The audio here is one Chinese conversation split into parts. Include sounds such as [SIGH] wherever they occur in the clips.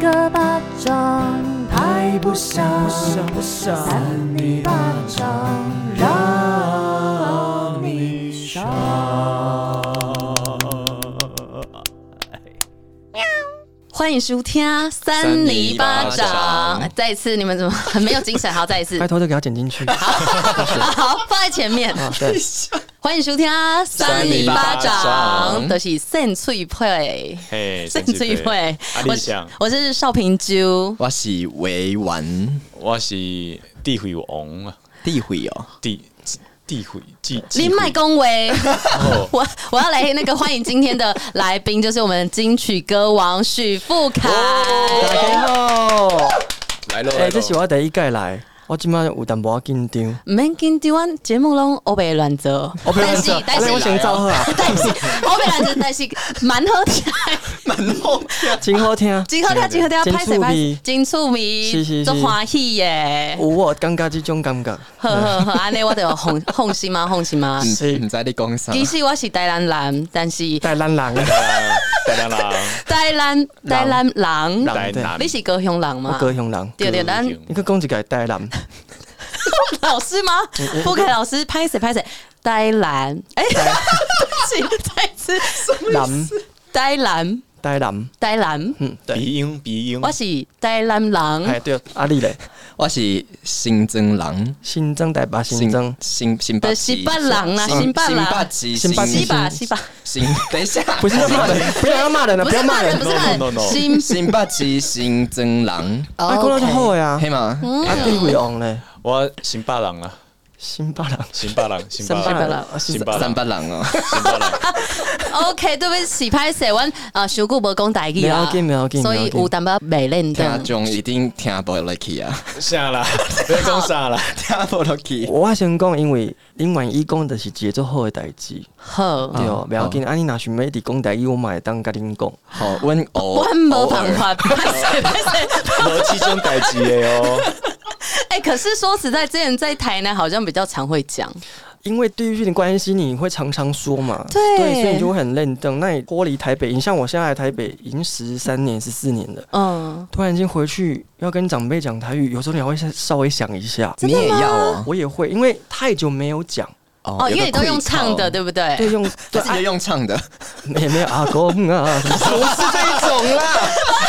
个巴掌拍不响，想不想扇你巴掌让你伤。欢迎收听《啊三泥巴三泥巴掌掌》。再一次，你们怎么很没有精神？好，再一次拜，托就给他剪 [LAUGHS] 进去。啊，好，放在前面。对，欢迎收听《啊三泥巴掌》，都是扇脆 [LAUGHS] 配， [LAUGHS] 嘿，扇脆配。阿我丽是啊想，我是邵平啾，我是维玩我是地慧王啊，地会哦，地地慧地。林麦恭公，[LAUGHS] 维。哦我我要来那个欢迎今天的来宾，就是我们金曲歌王许富凯。哦大家好，来喽！哎，这是我第一届来，我今晚有淡薄仔紧张。免紧张，阮节目拢欧白乱做，我不要但是这，但我是我先走好啊， [LAUGHS] 但是欧白乱做，但是蛮好听的。真好听。啊真好听，真好听，真拍摄拍趣摄味，真趣是是味，是哦足欢喜耶有！我感觉这种感觉，呵呵呵，安尼我就放放心嘛，放心嘛。是唔知你讲啥？其实我是台南人，但是带咱人，啊啊台南人，台南台南人，台南，你是高雄人我吗？高雄人。对对，高雄咱你去讲一个台南，老师吗？不给老师拍谁拍谁，呆兰，哎， [LAUGHS] 对不起，再一次，南呆兰，台南，呆兰，嗯，对，鼻音鼻音，我是呆兰人，哎对，啊你嘞，我是新增人，新增台北新增，新新北市就是北人啦新北人新新北西北市市新吧西吧，新，等一下，不是要骂人， [LAUGHS] 不要骂人了，啊不不是要骂骂人，人不，是骂 No, no, 人， no. 新新北市新增人，哦啊，讲到就好呀嘿，嘛？嗯啊地位王嘞，我新北人啦，新北人，新北人，新北新北人，人啊新新北人，三北人哦，新北人， OK，对不起，拍摄阮啊，小顾无讲大意啦不要紧不要，紧所不以要紧有淡薄袂认听真。众一定听不落去啊，啥 [LAUGHS] 啦？别讲啥啦？听不落去。我先讲，因为恁愿意讲，就是一个做好的代志，好，对哦，不要紧。啊，你若想要伫讲代志，我嘛会当甲恁讲。好，温偶，我无办偶尔。法拍摄拍摄。 [LAUGHS] 无这种代志的 [LAUGHS] 哦，哎，可是说实在，之前在台南好像比较常会讲，因为对于的关系，你会常常说嘛，对所以你就会很认真。那你脱离台北，你像我现在来台北已经十三年、十四年了，嗯，突然间回去要跟长辈讲台语，有时候你还会稍微想一下。你也要哦，我也会，因为太久没有讲，哦，因为你都用唱的，对，对不对？对，用 [LAUGHS] 对直接用唱的，也没有阿公啊，什么不是这种 [LAUGHS] 啦，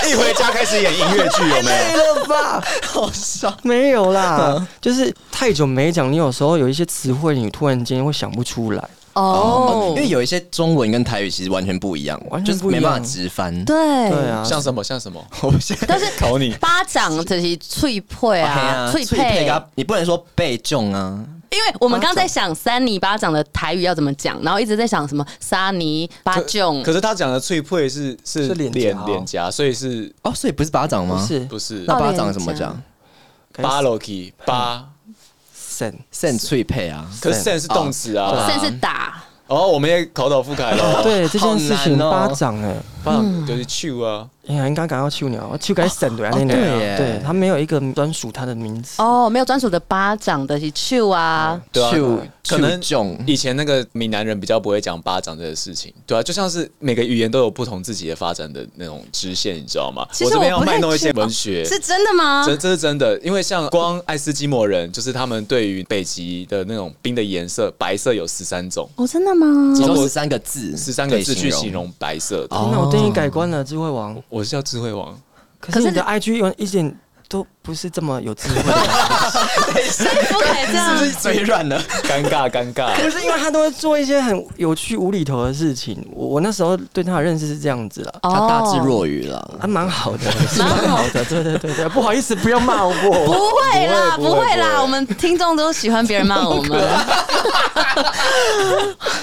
一回家开始演音乐剧有没有？了吧？好笑。没有啦，就是太久没讲，你有时候有一些词汇，你突然间会想不出来。哦，因为有一些中文跟台语其实完全不一样，完就全是不一没样办法直翻。对对，啊，像什么像什么？ [LAUGHS] 我不信。但是考 [LAUGHS] 你巴掌就是脆配嘿啊，脆配。啊，你不能说被中啊，因为我们刚刚在想三尼巴掌的台语要怎么讲，然后一直在想什么沙尼巴囧可，是他讲的脆配是是是脸颊哦脸颊，所以是哦，所以不是巴掌不吗？，是不是那巴掌怎么讲？八 l o k 嗯八？省扇脆配啊，可是 sen 是动词啊，甚至打哦，我们也考倒覆凯 [LAUGHS] 了。，对这件事情，哦好难哦巴掌哎、巴嗯掌就是 chew 啊，哎呀，应该感到秋鸟，秋该省对啊，哦那个对耶对，它没有一个专属它的名字。哦，没有专属的巴掌的是 chew 啊，对啊就可能就中以前那个闽南人比较不会讲巴掌这个事情，对啊，就像是每个语言都有不同自己的发展的那种支线，你知道吗？其实我这边我要不太卖弄一些知道文学，是真的吗？这这是真的，因为像光爱斯基摩人，就是他们对于北极的那种冰的颜色，白色有十三种，哦，真的吗？总共十三个字，十三个字去形。容白色的。哦那我对你改观了，智慧王。我是叫智慧王，可可是是你的 IG 有一点都不是这么有智慧，不可以这是样不。是嘴软了？尴尬尴尬。不是因为他都会做一些很有趣无厘头的事情。我我那时候对他的认识是这样子哦了， [LAUGHS] 他大智若愚了。还蛮好的，是蛮好的。对对对对，不好意思，不要骂不我。会啦，不不会不会会不啦，会我们听众都喜欢别人骂我们。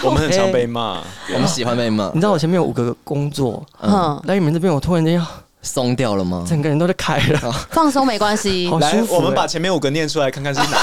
我们很常被哎骂，我们喜欢被骂你，知道我前面有五个工作，嗯，来你们这边，我突然间松掉了吗？整个人都在开了，放松没关系。好来舒，服欸。我哎们把前面五个念出来，看看是哪。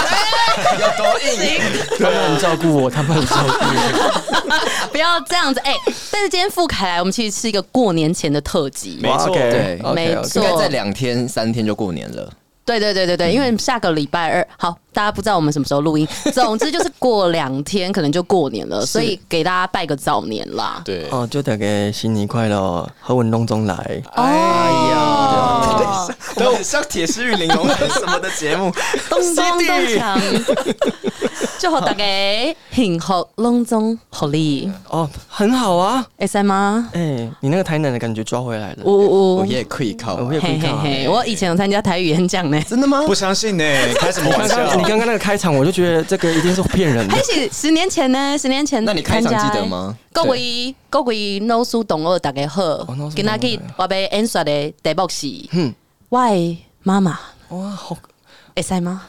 有多硬？ [LAUGHS] 他们很照顾我，他们很照顾我。 [LAUGHS] 不要这样子哎、但是今天傅凯来，我们其实是一个过年前的特辑。 [LAUGHS] 没错 OK， [LAUGHS] 对 OK，OK 没应错该在两天三天就过年了。对对对对对，因为下个礼拜二，好，大家不知道我们什么时候录音，总之就是过两天可能就过年了，所以给大家拜个早年啦。哦对，哦，就大家新年快乐，和文隆中来。哎呀，哦，我们很像铁狮玉玲珑还是什么的节目，咚咚咚锵，就好大家幸福隆中好利，哦，很好啊。会使吗？哎、你那个台南的感觉抓回来了。呜 [LAUGHS] 哦我呜，也可以靠，我嘿也会嘿看啊嘿，我以前有参加台语演讲呢。真的吗？不相信呢、开什么玩刚笑？刚你刚刚那个开场，我就觉得这个一定是 [LAUGHS] 骗人的还。是十年前呢？十年前那你开场参加记得吗各位各位老师同学大家好老师，今仔日同学我要演说的题目是嗯，我的妈妈啊哇，好，会使吗？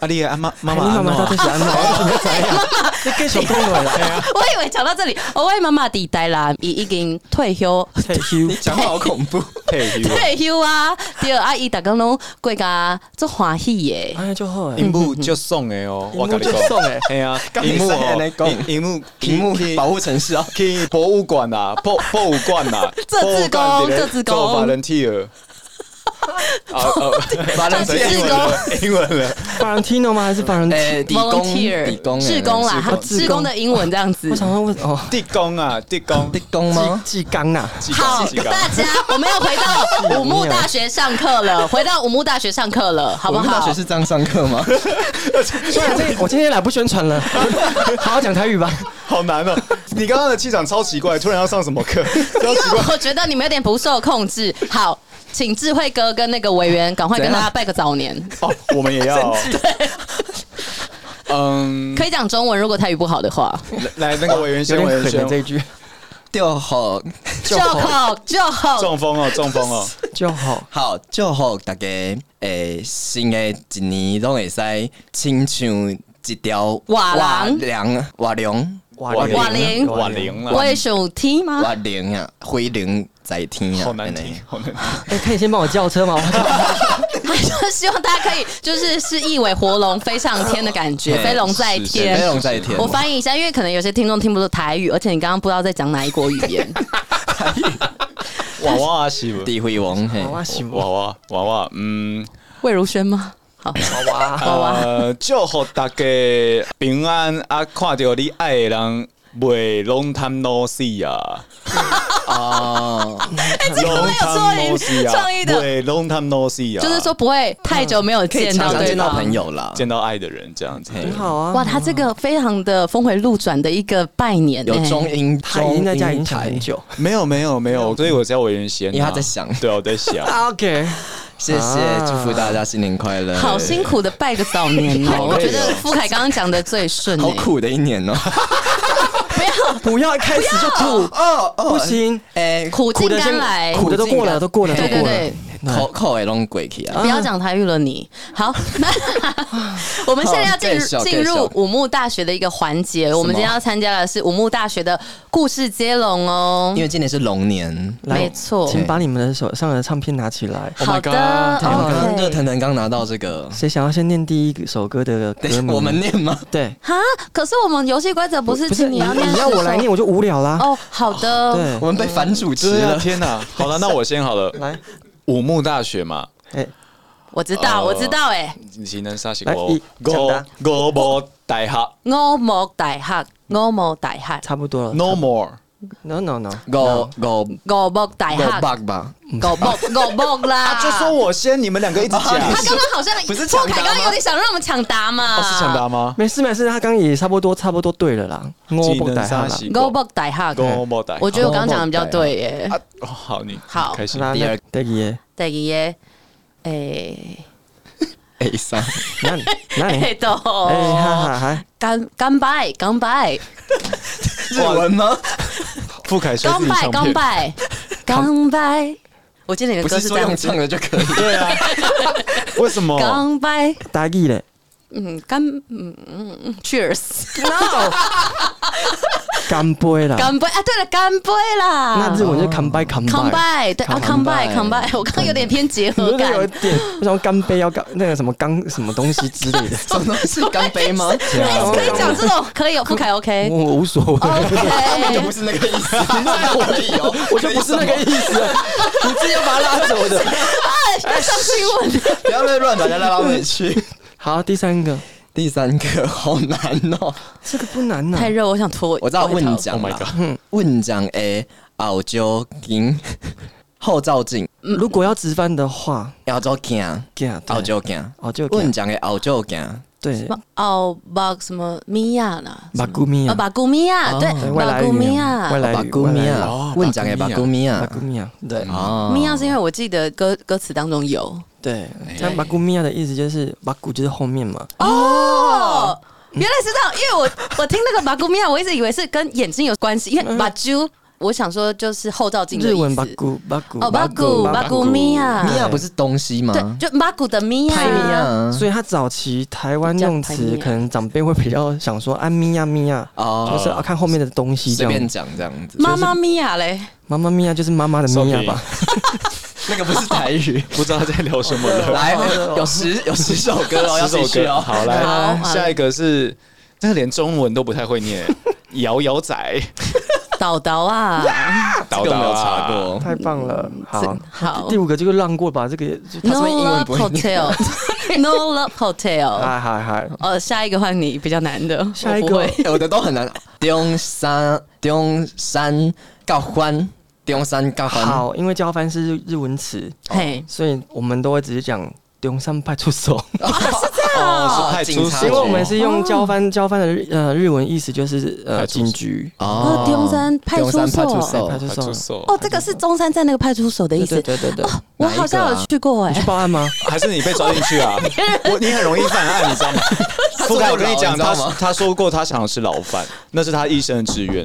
阿丽啊阿妈妈哎你妈妈到底是安怎？你要怎样？你更想骗我了？我以为讲到这里，哦我的妈妈伫台南，伊已经退休。 [LAUGHS] 退休你讲话好恐怖，配乐，退休啊，对啊，伊逐工拢过家足欢喜耶。哎，就好哎荧。幕就送哎哦，我跟你荧幕讲就送的哎呀，刚才荧幕还在哦讲，荧幕 [LAUGHS] 屏幕保护城市 [LAUGHS] 啊，去博物馆啊，博博物馆啊，这志工博物馆这志工做 volunteer。啊哦，发这志 [LAUGHS] 工英文了，法兰蒂诺吗？还是法兰蒂？哎，底工，底工，志工啦，哎他志工志工的英文这样子 [LAUGHS] 我。想要问哦，地工啊，地工，地工吗？纪纲呐，技好，技工大家，我们要回到武木大学上课了，回到武木大学上课了，好不我们大好学？是这样上课吗？虽然这我今天来不宣传了，好好讲台语吧。好难哦！你刚刚的气场超奇怪，突然要上什么课？超奇怪。 [LAUGHS] 我觉得你们有点不受控制。好，请智慧哥跟那个委员赶快跟大怎家样拜个早年，哦，我们也要。嗯，可以讲中文，如果台语不好的话，来那个委员有先，点委狠啊员的这一先，句， [LAUGHS] 就好，就好就好。中风哦，中风哦， [LAUGHS] 就好。好，祝福大家诶、新的一年拢会使亲像一条瓦郎梁瓦梁瓦瓦林，林瓦零我了，也想听吗？瓦梁啊，灰梁在天啊，好难安听尼，好难听。哎，可以先帮我叫车吗？我还是希望大家可以就是是一尾活龙飞上天的感觉，嘿飞龙在是飞天。龙在天。我翻译一下，因为可能有些听众听不懂台语，而且你刚刚不知道在讲哪一国语言。娃娃啊，是不？地灰王，嘿，啊哇，行娃不？娃，娃娃，嗯，魏如萱吗？好，啊哇，娃啊娃呃，祝福大家平安啊！看到你爱的人，袂拢贪老死啊，哦，拢贪老死啊，创意的袂拢贪老死啊，就是说不会太久没有 [LAUGHS] 见到常常对见到朋方。友啦，见到爱的人这样子。嘿很好啊。哇，他这个非常的峰回路转的一个拜年欸呢，有中英，哎他已经在家中已英经想台很，久。没有没有没有，所以我叫委员先啊，因为他在想对，我在 [LAUGHS] 想。 OK，谢谢，祝福大家新年快乐，啊好辛苦的拜个早年哦。我觉得傅凯刚刚讲的最顺，欸好，苦的一年哦，不要一开始就吐，哦哦不，行，诶，苦尽苦的甘先来，苦的都过了，都过了，都对对过了对。，口口的拢过去啊，不要讲台语了你，好， [LAUGHS] 那我们现在要进好介绍入进介绍入武木大学的一个环节，我们今天要参加的是武木大学的故事接龙哦因。为今年是龙年。来没错请把你们的手上的唱片拿起来。 Oh my 好的哦 God，我们刚刚热，OK。腾腾刚拿到这个，谁想要先念第一首歌的等一下歌名？我们念吗？对，哈，可是我们游戏规则不是，不是请你你要念，你要我来念，。我就无聊啦。哦，好的，对我，们被反主持对啊，了。天哪！好了，那我先好了。来，五木大学嘛，哎，我知道，哦我知道，哎，技能啥是来五一抢五答五木大学我无大学，我无大学，差不多了。 ，No more。 No No No，狗狗我无大狗学， bug 吧？我无我无啦。啊就说我先，你们两个一直讲。他刚刚好像不是错抢凯，答吗刚刚有点想让我们抢答嘛，哦，是抢答吗？没事没事，他刚刚也差不多差不多对了啦。哦我不逮他啦。我无大学，五木大学。我觉得我刚刚讲的比较对耶。啊，哦好，你好开心。那第那二第二个，第二个，哎诶， A 哎三那你那 [LAUGHS] 你，嘿哦哎哈都哈哈，干干拜干拜日文吗？傅凯说干自己拜唱干片。拜干拜，我记得你不的歌是是说这样用子唱，的就可以？对啊， [LAUGHS] 为什么？干拜，大意嘞。嗯干嗯嗯，Cheers， No，干杯啦。干杯啊！对了，干杯啦！那日文就干哦杯干杯。 come by，对啊，come by Combine come by，我刚刚有点偏 [LAUGHS] 结你合是有一感。点，为什么干杯要干那个什么干什么东西之类 [LAUGHS] 的？什么东西？干杯 [LAUGHS] 吗？哎可以讲这种，可以有不凯 OK 我我无所谓，哦 OK 就不。是那个意思，我可以哦， [LAUGHS] 我就不是那个意思， [LAUGHS] 你自己又把他拉走的，要上新闻， [LAUGHS] 不要乱把人 [LAUGHS] 家拉回去。好，第三个，第三个好难哦，这个不难呐、啊太热，我想脱。我知道问你，讲 Oh my 嘛，问讲诶，澳洲金 [LAUGHS] 后照镜，嗯如果要直翻的话，后照镜，对啊，后对照镜，哦就我们讲的后照镜，对什，么奥巴哦什么米亚啦，巴古米亚啊，巴古米亚，对，对外巴哦来古米语啊亚，外来把语古外来米语啊哦，我们讲的把古米巴啊古，米亚，对哦米亚是因为我记得歌歌词当中有对，哎那巴古米啊亚的意思就是巴古就是后面嘛，哦。原来是这样，因为我我听那个巴古米亚，我一直以为是跟眼睛有关系，因为巴珠，我想说就是后照镜的日文意巴思。古巴古哦，巴古巴古米亚，米啊不是东西吗？对，就巴古的米亚，拍米啊，所以他早期台湾用词叫排可能长辈会比较想说啊咪呀咪呀，就哦，是要看后面的东西这随便样。讲这样子，妈妈咪呀嘞，妈妈咪呀就是妈妈的咪呀吧？那个不是台语。不知道在聊什么了。来，有十有十首 [LAUGHS] 歌哦，要十首继续歌，哦。好好来，好下一个是那个连中文都不太会念，摇摇仔，导导啊，导这个导我没有查啊，过。太棒了，好这好第五个就让过吧，这个也就 No 是不是英文 Love 不会 Hotel，No Love Hotel。嗨嗨嗨，呃，下一个换你比较难的，下一个我不会欸我的都很难。中山中山告欢，中山告欢。好，因为交番是日文词，嘿，所以我们都会直接讲中山派出 [LAUGHS] 所，哦，是派出警察所，局因为我们是用交哦番，交番的日呃日文意思就是呃派出所警局哦哦，中山派出中山派出所，所派出派啊出所，所。哦，这个是中山站那个派出所的意对思对。对对对，我好像啊有去哦过哎去，报案 [LAUGHS] 吗？还是你被抓进去 [LAUGHS] 啊？我你很容易犯案，你知道吗？坐覆盖，我跟牢你讲，你知道他吗他说过他想要吃牢饭，那是他一生的志愿。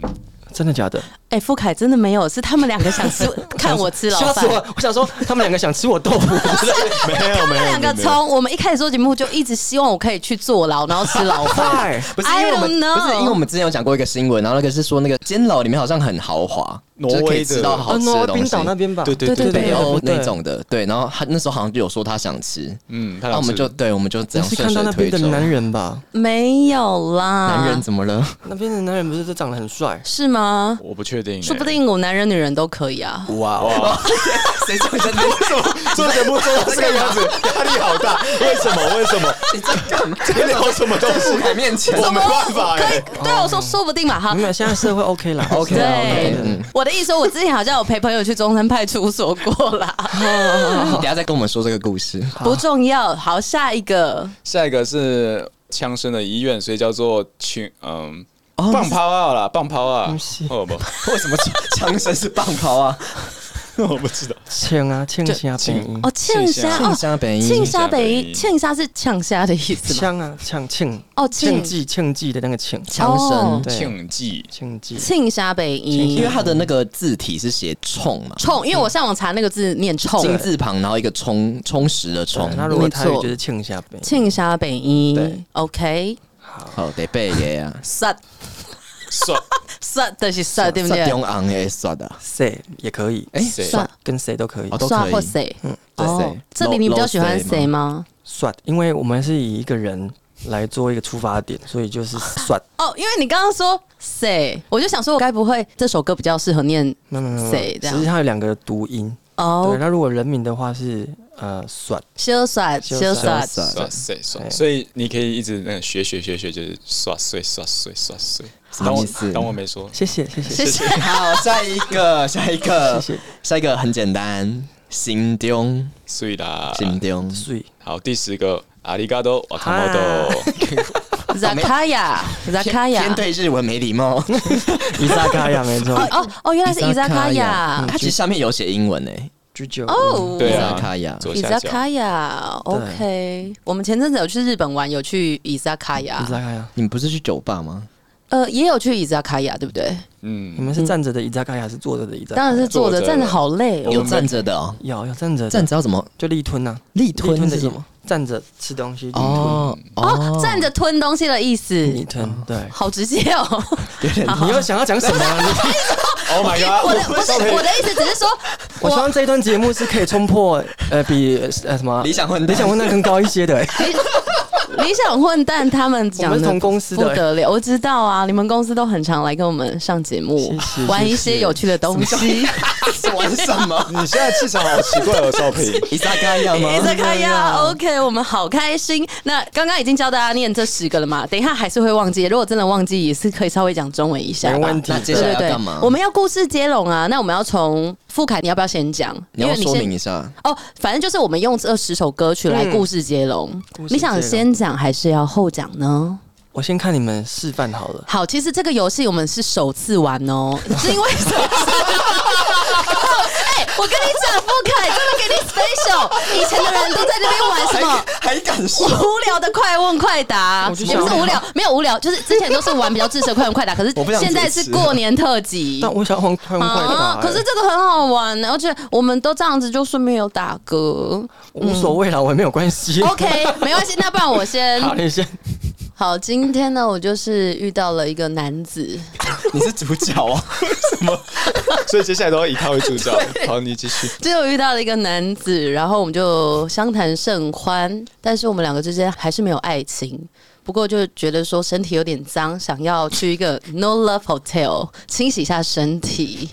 真的假的？哎，傅凯真的没有，是他们两个想 [LAUGHS] 吃，看我吃吓牢死饭。我！我想说他们两个想吃我豆腐， [LAUGHS] 没 [LAUGHS] 有没他有，们两个没有从我们一开始做节目就一直希望我可以去坐牢，然后吃牢饭。快！ [LAUGHS] 不是因为我 I don't 们 know 不是因为我们之前有讲过一个新闻，然后那个是说那个监牢里面好像很豪华，挪就是可以威的吃到好哦吃挪的威东冰西岛。那边吧，对对对北欧对那种的，对，然后他那时候好像就有说他想吃，嗯，他然后想我吃们就对，我们就这你样是顺看水到那推边舟。的男人吧？没有啦，男人怎么了？那边的男人不是都长得 [LAUGHS] 很帅？是吗？我不确定欸，说不定我男人女人都可以啊。哇哦，谁讲真的？为什么做节目做到 [LAUGHS] 这个样子，压力好 [LAUGHS] 大。为什么？为什么？你在干嘛？在聊什么东在西不？凯面前，我没办法哎。哦对，啊我说说不定嘛哈嗯没。有，现 [LAUGHS] 在社会 OK 啦 OK 啦对 OK，嗯，我的意思说，我之前好像有陪朋友去中山派出所过啦，你等一下再跟我们说这个故 [LAUGHS] 事。不重要。好，下一个下一个是枪声的医院，所以叫做群嗯。哦棒抛啊啦，棒抛啊不是，哦 [LAUGHS] 不，为什么枪声是棒抛啊？我不知道，欠啊欠下欠便宜哦，庆虾庆哦，嗯虾北庆一，虾北一，庆庆虾是呛虾的意思吗？呛啊呛庆哦，庆庆忌庆忌的那个庆枪哦声，对庆记庆忌庆虾北因一为它的那个字体是写冲嘛，冲，嗯因为我上网查那个字念冲，金字旁，然后一个充充实的充对。那如果台语没错就是庆下便宜庆虾北一对，OK，好，哦得背个呀，塞算塞的是塞，对不对 [LAUGHS] 算？中昂的算的，谁也可以，哎，谁算跟谁都可以嗯哦都刷可以或。谁？对哦谁，这里你比较喜欢谁吗？算，因为我们是以一个人来做一个出发点，所以就是算。哦，因为你刚刚说谁，我就想说，我该不会这首歌比较适合念没有没有没有谁这只样是它有两个读音。对，哦，那如果人名的话是呃算，修甩修甩修甩算谁算，对所以你可以一直那个学学学学，就是刷碎刷碎刷碎。什么当我意思当我没说，谢谢谢谢谢谢。好，下一 [LAUGHS] 个，下一个谢谢，下一个很简单，心中碎啦。心中，睡好，第十个阿里嘎多瓦卡莫啊多， Zakaya 偏 Zakaya。对日文没 [LAUGHS] 礼貌。伊萨卡亚没错哦，哦哦，原来是 Izakaya， Izakaya 嗯它其实下面有写英文欸诶，居酒哦，对啊， Izakaya 左下角。 Izakaya OK。我们前阵子有去日本玩，有去伊萨 Izakaya，卡亚，你们不是去酒吧吗？呃，也有去 Izakaya，对不对？你嗯，们是站着的伊萨卡亚，还是坐着的伊萨？当然是坐着，坐着站着好累哦。有站着的哦，有有站着的站着要怎么就立吞呐，立吞的是什么？站着吃东西立吞，哦哦，站着吞东西的意立思，吞对。好直接 [LAUGHS] 哦。哎你又想要讲什 [LAUGHS] 么啊？你 Oh my 我的 god！不是我的意思，只是说我希望这一段节目是可以冲破呃比呃什么理想混蛋理想混蛋更高一些的。欸 [LAUGHS] 理想混蛋他们讲我的们是同公司的不得了，我知道啊，你们公司都很常来跟我们上节目谢谢，玩一些有趣的东西。玩什么？你现在气场好奇怪哦，少平。 [LAUGHS] 伊萨卡亚吗？伊萨卡亚，OK，我啊们好开心。那刚刚已经教大家念这十个了嘛，等一下还是会忘记。如果真的忘记，也是可以稍微讲中文一下吧。没问题那接下来要干嘛？我们要故事接龙啊，那我们要从傅凯，你要不要先讲？你因要为你说先明一下，哦，反正就是我们用这十首歌曲来故事接龙。故事接你想龙先讲还是要后讲呢？ [LAUGHS] 我先看你们示范好了。好，其实这个游戏我们是首次玩 [LAUGHS] 哦，是因为什么？ [LAUGHS] 哎我跟你讲，不凯真的给你 special，以前的人都在那边玩什么？还敢说？无聊的快问快答，我就也想不是无聊，没有无聊，就是之前都是玩比较智的快问快答，可是我不想现在解是释过年特辑。但我想换快问快答、欸啊哦可是这个很好玩呢，而且我们都这样子，就顺便有打嗝。无所谓啦，我也没有关系。嗯 OK，没关系，那不然我先 [LAUGHS] 好，你先。好。今天呢，我就是遇到了一个男子，你是主角 [LAUGHS] 啊？所以接下来都要以他为主角。好，你继续。就是我遇到了一个男子，然后我们就相谈甚欢，但是我们两个之间还是没有爱情。不过就觉得说身体有点脏，想要去一个 No Love Hotel 清洗一下身体，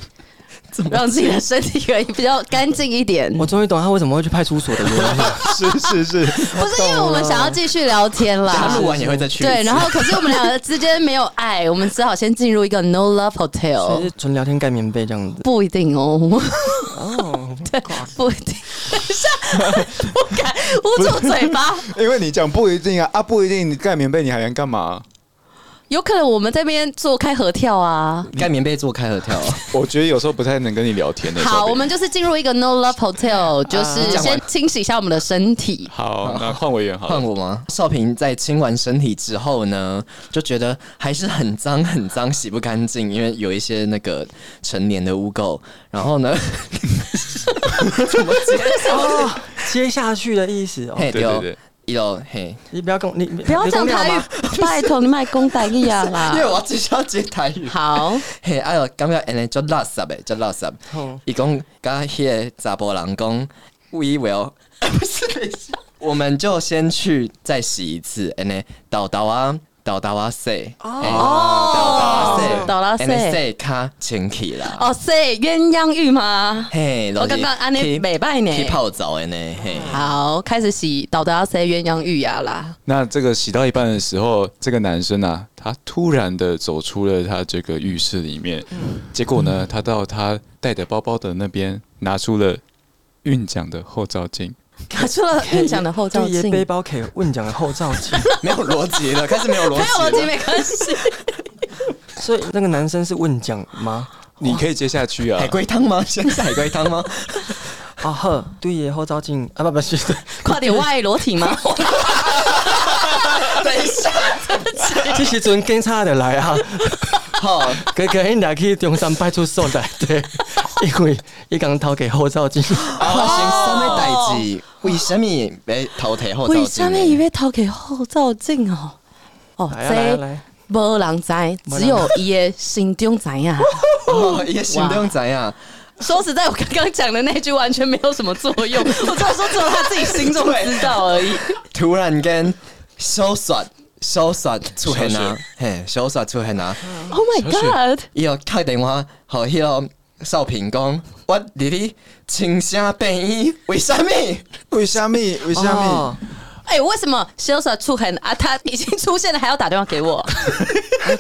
让自己的身体可以比较干净一点。我终于懂他为什么会去派出所的原因 [LAUGHS] 了。是是是，不是因为我们想要继续聊天啦，他录完也会再去一次。啊对，然后可是我们两个之间没有爱，我们只好先进入一个 no love 所以哦 hotel，是纯聊天盖棉被这样子。不一定哦， [LAUGHS] 哦，不一定，等一下，不敢捂住嘴 [LAUGHS] 巴，因为你讲不一定啊，啊不一定，你盖棉被你还能干嘛？有可能我们这边做开合跳啊。盖棉被做开 [LAUGHS] 合跳，我觉得有时候不太能跟你聊天的。好，我们就是进入一个 no love hotel，就是讲完先清洗一下我们的身体。好，那换委员好换了。我吗？少平在清完身体之后呢，就觉得还是很脏很脏，洗不干净，因为有一些那个成年的污垢。然后呢，哦，接下去的意思哦。嘿对对对，一楼嘿，你不要跟我，你不不要讲台语，，拜托你卖公仔一啊 [LAUGHS] 因为啦。我要继续要接台语。好，嘿，哎呦，感觉安尼足垃圾诶，足垃圾好。伊讲甲迄个查甫人讲，We will，不哦 [LAUGHS] 是，等一下我们就先去再洗一次，安尼豆豆啊，豆豆啊洗，哦嘿豆豆豆豆啊啊洗，洗安尼洗较清气啦。哦，所以鸳鸯浴吗？嘿，我刚刚安尼袂歹呢去泡澡安尼，嘿， [LAUGHS] 好，开始洗，导导要塞鸳鸯浴啊啦。那这个洗到一半的时候，这个男生啊，他突然的走出了他这个浴室里面，结果呢，他到他带的包包的那边拿出了运奖的后照镜。拿出了运奖的后照就镜爷，背包给问讲的后照 [LAUGHS] 镜，没有逻辑了，开始没有逻没有逻辑辑了。没关系。所以那个男生是问讲吗？你可以接下去啊海，龟汤吗？现在是海龟汤吗？啊呵，对耶，后照镜啊，[LAUGHS] 不不是， [LAUGHS] 快点外裸体吗？等一下，这时阵警察的来啊， [LAUGHS] 好，哦可可以拿去中山派出所来 [LAUGHS] 对，因为一刚掏给后照镜，发生什么代志？为什么被偷睇后照镜呢？下面一位掏给后照镜哦。哦，来啊来啊这来，无人知，只有伊的心中知呀。 [LAUGHS] 哦，也行不用怎样，说实在，我刚刚讲的那句完全没有什么作用，我只有说只有他自己心中知道而已。突然间收煞收煞出现收啊煞，嘿，收煞出现啊， Oh my god！伊又敲电话互迄个少平讲，我伫你清声病医，为什么？为什么？嗯为什哦，哎、为什么 s h e l a 出很啊？他已经出现了，还要打电话给我？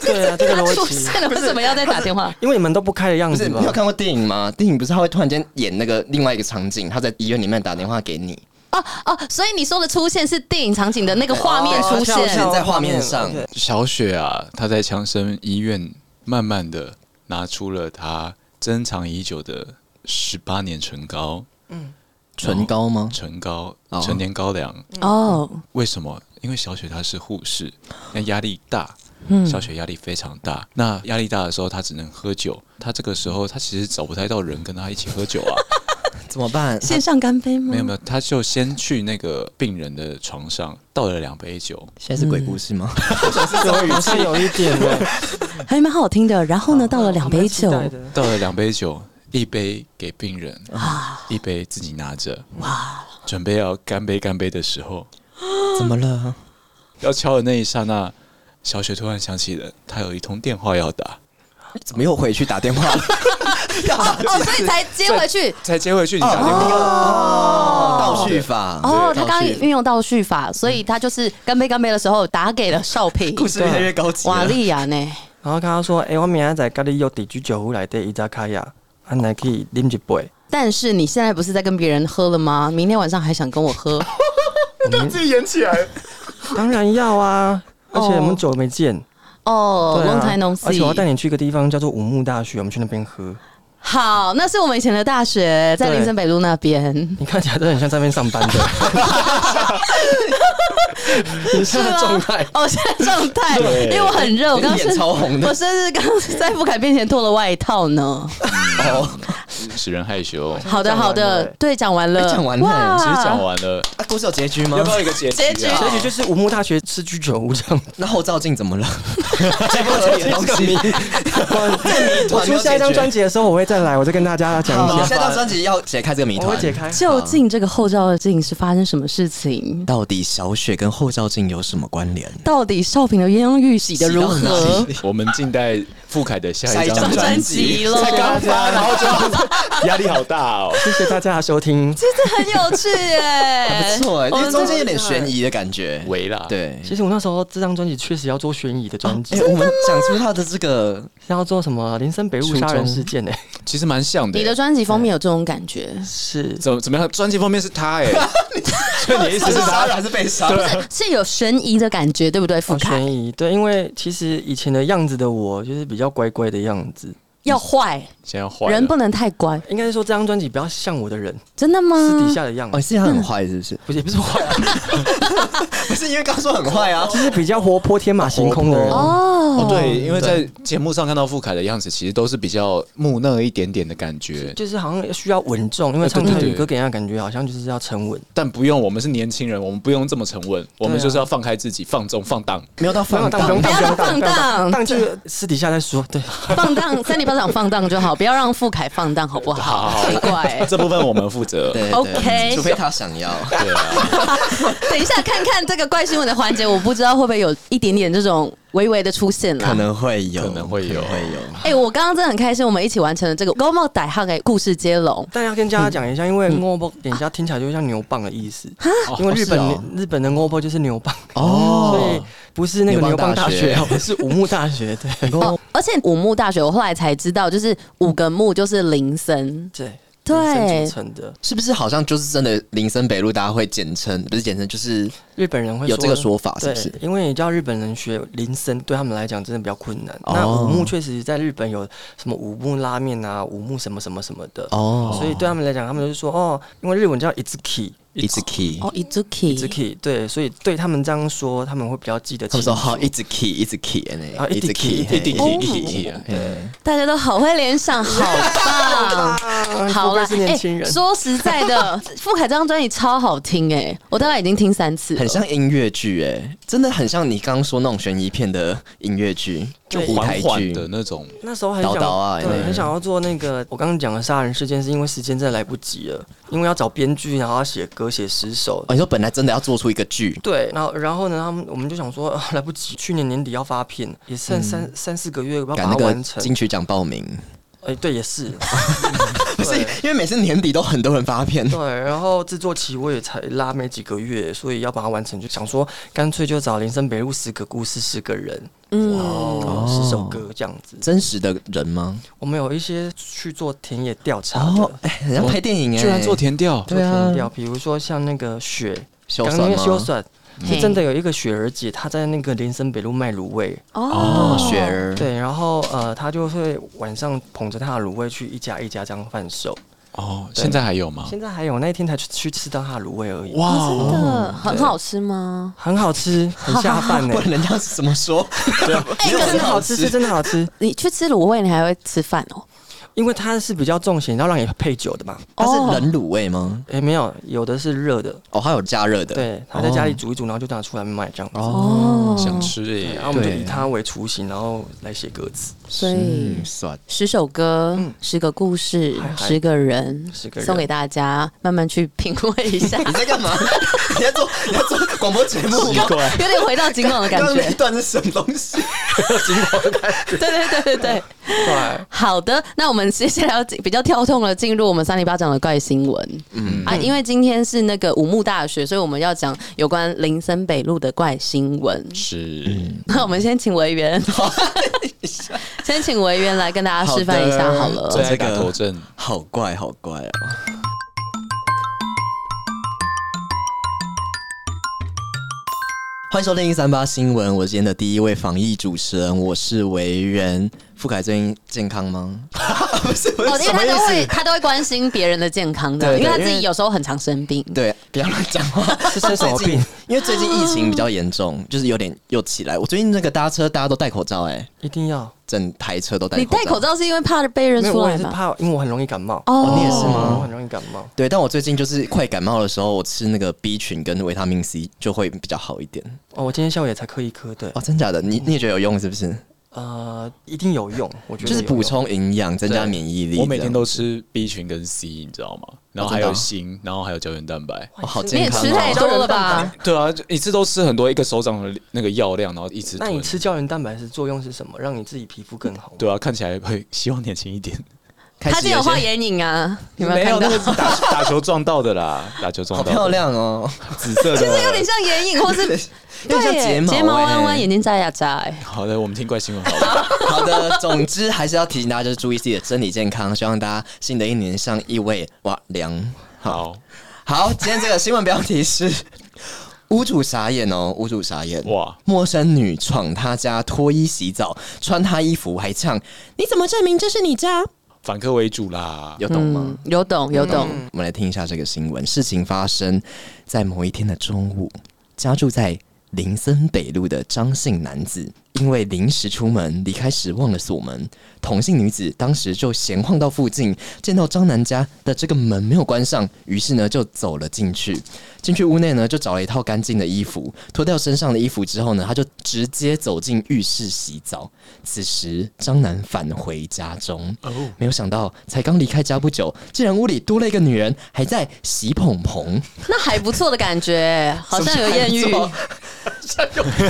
对啊，这个他逻出 [LAUGHS] 辑，现了，为什么要再打电话？因为你们都不开的样不子是吧你有？看过电影吗？电影不是他会突然间演那个另外一个场景，他在医院里面打电话给你，哦哦，所以你说的出现是电影场景的那个画面出现哦跳跳在画面哦上 OK 小雪啊，她在强生医院慢慢的拿出了她珍藏已久的十八年唇膏，唇膏吗？唇膏哦，陈年高粱。哦，为什么？因为小雪她是护士，那压力大，小雪压力非常大。那压力大的时候，她只能喝酒。她这个时候，她其实找不太到人跟她一起喝酒啊。怎么办？线上干杯吗？没有没有，她就先去那个病人的床上倒了两杯酒，现在是鬼故事吗？有好像有一点呢，还蛮好听的。然后呢，倒了两杯酒，蛮期待的倒了两杯酒，一杯给病人，一杯自己拿着。哇！准备要干杯干杯的时候，[LAUGHS] 嗯怎么了？要敲的那一刹那，小雪突然想起了她有一通电话要打，怎么又回去打电话 [LAUGHS] 了？ [LAUGHS] 哦，所以才接回去。才接回去你打电话。倒叙法哦，他倒叙刚刚运用倒叙法，所以他就是干杯干杯的时候打给了少平。故事越来越高级了。瓦利亚呢？然后跟他说：“哎、我明仔载跟你约地居酒屋来对伊扎卡亚，啊，啊，来可以啉一杯。但是你现在不是在跟别人喝了吗？明天晚上还想跟我喝？自己演起来。当然要啊，而且我们久没见，哦对啊，long time no 而且我要带 see。你去一个地方叫做五木大学，我们去那边喝。好，那是我们以前的大学，在对林森北路那边。你看起来都很像在那边上班的，[LAUGHS] 你 [LAUGHS] 现在的状态哦，现在状态，因为我很热，我刚刚脸是超红的我甚至刚刚在傅凯面前脱了外套呢。 [LAUGHS] 哦，使人害羞。好的，讲完了好的欸，对，讲完了，哎讲完了哇其实讲完了，啊，故事有结局吗要不？要一个结结局局啊？所以就是五木大学是居酒屋这样。那后照镜怎 [LAUGHS] 么了？这不合理的东西， [LAUGHS] 我出下一张专辑的时候，我会再来，我再跟大家讲好你一下下，一张专辑要解开这个谜我会团。解开。究竟这个后照镜是发生什么事情？到底小雪跟后照镜有什么关联？到底少平的鸳鸯浴洗的如洗到何哪？我们静待傅凯的下下一张一张专专辑辑了才刚发，然后就 [LAUGHS] 压力好大哦。谢谢大家的收听。这很有趣 [LAUGHS] 耶， [LAUGHS] 不错、欸，我因为们中间这有点悬疑的感觉。围啦，，对，其实我那时候这张专辑确实要做悬疑的专辑哦哎、，我们讲出他的这个是要做什么林森北路杀人事件呢？哎其实蛮像的你耶。的专辑封面有这种感觉，是怎么怎么样？专辑方面是他哎，所以你的意思是他？人还是被杀？是有悬疑的感觉，对不对？傅哦凯悬疑对，因为其实以前的样子的我，就是比较乖乖的样子。要坏，现在坏了人不能太乖，应该是说这张专辑比较像我的人，真的吗？私底下的样哦，子，是他很坏是不是？不是也不是坏啊， [LAUGHS] 不是因为刚刚说很坏啊，就是比较活泼、天马行空的人。哦哦，对，因为在节目上看到傅凯的样子，其实都是比较木讷一点点的感觉，就是好像需要稳重，因为呃唱对泰对语对歌给人家感觉好像就是要沉稳，但不用，我们是年轻人，我们不用这么沉稳，我们就是要放开自己，放纵放荡。没有到不用放当，不荡用。当，不不用要放当，荡当就私底下再说。 [LAUGHS] 对，放荡，三里巴掌放荡就好，不要让傅凯放荡，好不好？好奇怪。 [LAUGHS] 这部分我们负责。 [LAUGHS] 对对 OK 除非他想要。对啊，等一下看看这个怪新闻的环节，我不知道会不会有一点点这种微微的出现啦。可能会有，可能会有可能会有。哎、我刚刚真的很开心，我们一起完成了这个《高帽歹汉》的故事接龙。但要跟大家讲一下，因为嗯 n o b o 等一下听起来就像牛蒡的意思，因为日本哦日本的 n o b o 就是牛蒡，哦所以不是那个牛牛蒡蒡大大学学， [LAUGHS] 哦是武木大学。 [LAUGHS] 对，哦，而且五木大学，我后来才知道，就是五个木就是林森，对，对人生组成的是不是好像就是真的林森北路，大家会简称，不是简称，就是日本人会有这个说法，是对不是？，因为你叫日本人学铃声，对他们来讲真的比较困难。哦那五木确实在日本有什么五木拉面啊、五木什么什么什么的，哦所以对他们来讲，他们就是说哦，因为日文叫 itsuki。一直 key，哦，Izuki， itsuki 对，所以对他们这样说，他们会比较记得他清们楚。说哦好，一直 key，一直 key，啊一直 key，一直 key，一直 key，一直 key，对大家都好会联想，好棒！啊好啦，哎不愧是年轻人，说实在的， [LAUGHS] 傅凯这张专辑超好听哎、我大概已经听三次了很。像音乐剧，哎，真的很像你刚刚说那种悬疑片的音乐剧，就舞台缓剧缓的那种。那时候很想叨叨啊对对，很想要做那个我刚刚讲的杀人事件，是因为时间真的来不及了，因为要找编剧，然后要写歌、写十首，哦，你说本来真的要做出一个剧，对，然后然后呢，他们我们就想说、 [LAUGHS] 呃来不及，去年年底要发片，也剩三、三四个月要把嗯赶它那完个成。金曲奖报名，哎、对，也是不 [LAUGHS] 是因为每次年底都很多人发片，对。然后制作期我也才拉没几个月，所以要把它完成，就想说干脆就找林森北路十个故事十个人，嗯然后十首歌这样子。真实的人吗？我们有一些去做田野调查的。哦，哎，很像拍电影哎，居然做填调，做对啊田野调，比如说像那个雪，修刚算刚吗？那个修嗯算，嘿是真的有一个雪儿姐，她在那个林森北路卖卤味，哦，雪儿，对，然后呃，他就会晚上捧着他的卤味去一家一家这样贩售。哦，对现在还有吗？现在还有那一天才去去吃到他的卤味而已，哇，哇，哦哦真哦的很好吃吗？很好吃，很下饭 [LAUGHS] 呢、不然人家是怎么说？对啊，哎没有可是真的很好吃，是真的好吃，你去吃卤味，你还会吃饭哦？因为它是比较重咸，要让你配酒的嘛。它哦是冷卤味吗？哎、没有，有的是热的，哦，它有加热的。对，他在家里煮一煮，然后就拿出来卖这样子。哦，想吃对，然哎啊后我们就对以它为雏形，然后来写歌词。所以嗯，算十首歌、嗯十个故事、嗨嗨十个人，十个人送给大家，慢慢去品味一 [LAUGHS] 下，你在干嘛？ [LAUGHS] 你在做你在做广播节目奇吗？怪， [LAUGHS] 有点回到景广的感刚刚那一觉。段是什么东西？ [LAUGHS] 对对对对对，对，好的，那我们接下来要进比较跳痛了，进入我们三零八讲的怪新闻。嗯啊，因为今天是那个武木大学，所以我们要讲有关林森北路的怪新闻。嗯是 [LAUGHS] 那我们先请委员。一下。先请维园来跟大家示范一下好了。好最的爱打头阵，好怪，好怪哦！欢迎收听一三八新闻，我是今天的第一位防疫主持人，我是维人。傅凯最近健康吗？ [LAUGHS] 不是，不哦，是因为什么他意都会思？他都会关心别人的健康的，对因为他对自因己为有时候很常生病。对，不要乱讲 [LAUGHS] 话。是生什么最近病？因为最近疫情比较严重，就是有点又起来。我最近那个搭车，大家都戴口罩、哎，一定要。整台车都戴口你罩。戴口罩是因为怕被认没有，出我来也是吗？怕，因为我很容易感冒。哦你也是吗我很容易感冒。对，但我最近就是快感冒的时候，我吃那个 B 群跟维他命 C 就会比较好一点。哦，我今天下午也才嗑一颗，对哦，，真假的？你你也觉得有用是不是？呃，一定有用，我觉得就是有用补。充营养，增加免疫力。我每天都吃 B 群跟 C，你知道吗？然后还有锌，然后还有胶原蛋白。哦好你健也康、吃太哦。多了吧？对啊，就一次都吃很多，一个手掌的那个药量，然后一直那吞。你吃胶原蛋白是作用是什么？让你自己皮肤更 [LAUGHS] 好吗？对啊，看起来会希望年轻一点。开他始就有些画眼影啊，你有没有没有看那到？个是打打球撞到的啦，打球撞好到的。漂，亮哦，紫色这有点的。像眼影， [LAUGHS] 或是有点像对耶睫毛睫毛欸弯弯，眼睛眨呀眨。哎，好的，我们听怪新闻好了。好的，总之还是要提醒大家，就是注意自己的身体健康，希望大家新的一年上一位哇凉。好，好，今天这个新闻标题是 [LAUGHS] 屋主傻眼哦，屋主傻眼哇，陌生女闯他家脱衣洗澡，穿他衣服还唱，你怎么证明这是你家？反客为主啦。有懂吗？嗯，有懂有懂。我们来听一下这个新闻。事情发生在某一天的中午，家住在林森北路的张姓男子，因为临时出门离开时忘了锁门，同姓女子当时就闲晃到附近，见到张男家的这个门没有关上，于是呢就走了进去。进去屋内呢，就找了一套干净的衣服，脱掉身上的衣服之后呢，他就直接走进浴室洗澡。此时，张楠返回家中，没有想到才刚离开家不久，竟然屋里多了一个女人，还在洗蓬蓬。那还不错的感觉，好像有艳遇。什么叫还不 [LAUGHS]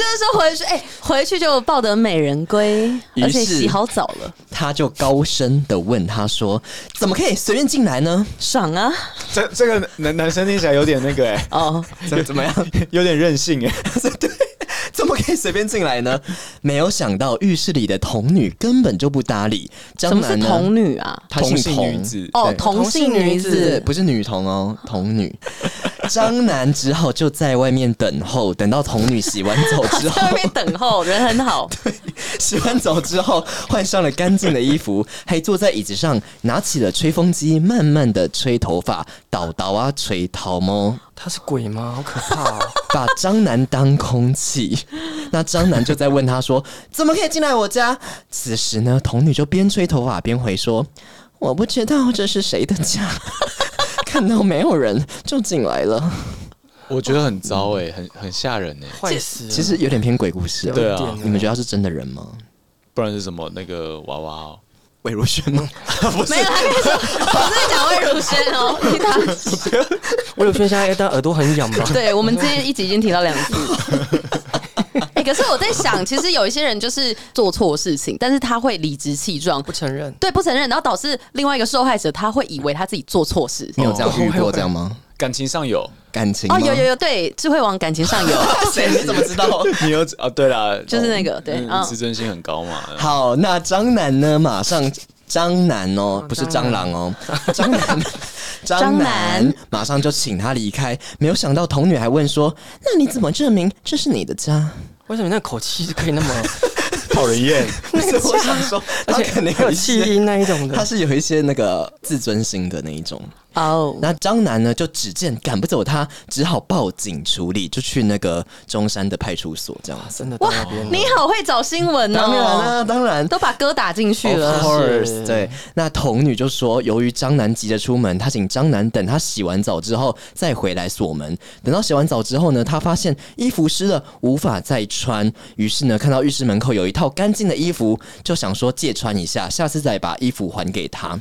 就是说回去，哎、回去就抱得美人归，于是而且洗好澡了，他就高声的问他说：“怎么可以随便进来呢爽啊！这这个男男生听起来有点那个哎，哦，怎怎么样？ [LAUGHS] 有点任性哎。 [LAUGHS] 怎么可以随便进来呢？”没有想到浴室里的童女根本就不搭理。什张么是楠呢童女啊？她姓同童姓女子哦，对同性同性女女是子，不是女童哦，[LAUGHS] 童女。张楠只好就在外面等候，等到童女洗完澡之啊在外后，面等候，人很好， [LAUGHS] 洗完澡之后换上了干净的衣服，还坐在椅子上拿起了吹风机，慢慢的吹头发，倒倒啊吹 [LAUGHS] 头毛，他是鬼吗？好可 [LAUGHS] 怕哦！把张楠当空气。那张楠就在问他说：“怎么可以进来我家？”此时呢，童女就边吹头发边回说：“我不知道这是谁的家， [LAUGHS] 看到没有人就进来了。”我觉得很糟哎，很很吓人哎。坏死了！其实有点偏鬼故事啊。有一对啊点哦你们觉得他是真的人吗？不然是什么那个娃娃哦？魏如萱吗？没有，他跟你说，我是讲魏如萱哦，他我有轩现在但耳朵很 [LAUGHS] 痒吧？ [LAUGHS] 对我们之前一集已经提到两 [LAUGHS] 次。哎、可是我在想，其实有一些人就是做错事情，但是他会理直气壮不，承认。对，不承认，然后导致另外一个受害者他会以为他自己做错事。 [LAUGHS] 你有这样遇过这样吗？感情上有，感情吗哦，有有有，对，智慧王感情上有， [LAUGHS] 谁？你怎么知道？ [LAUGHS] 你有啊？对啦，就是那个哦对嗯嗯自尊心很高嘛。 [LAUGHS] 嗯好，那张楠呢？马上张楠哦，不是蟑螂哦，张楠。张楠楠马上就请他离开，没有想到童女还问说：“那你怎么证明这是你的家为什么你那口气是可 [LAUGHS] 以那么？讨人 [LAUGHS] 厌，？”不是我想说，[LAUGHS] 而他且肯定还有气音那一种他的，是有一些那个自尊心的那一种。哦，那张楠呢，就只见赶不走他，只好报警处理，就去那个中山的派出所这样子。真的到那边了。你好会找新闻哦，当然啦、当然。都把歌打进去 Of 了。 course，是对。那童女就说，由于张楠急着出门，她请张楠等她洗完澡之后再回来锁门。等到洗完澡之后呢，她发现衣服湿了，无法再穿，于是呢，看到浴室门口有一套干净的衣服，就想说借穿一下，下次再把衣服还 [LAUGHS] 给她。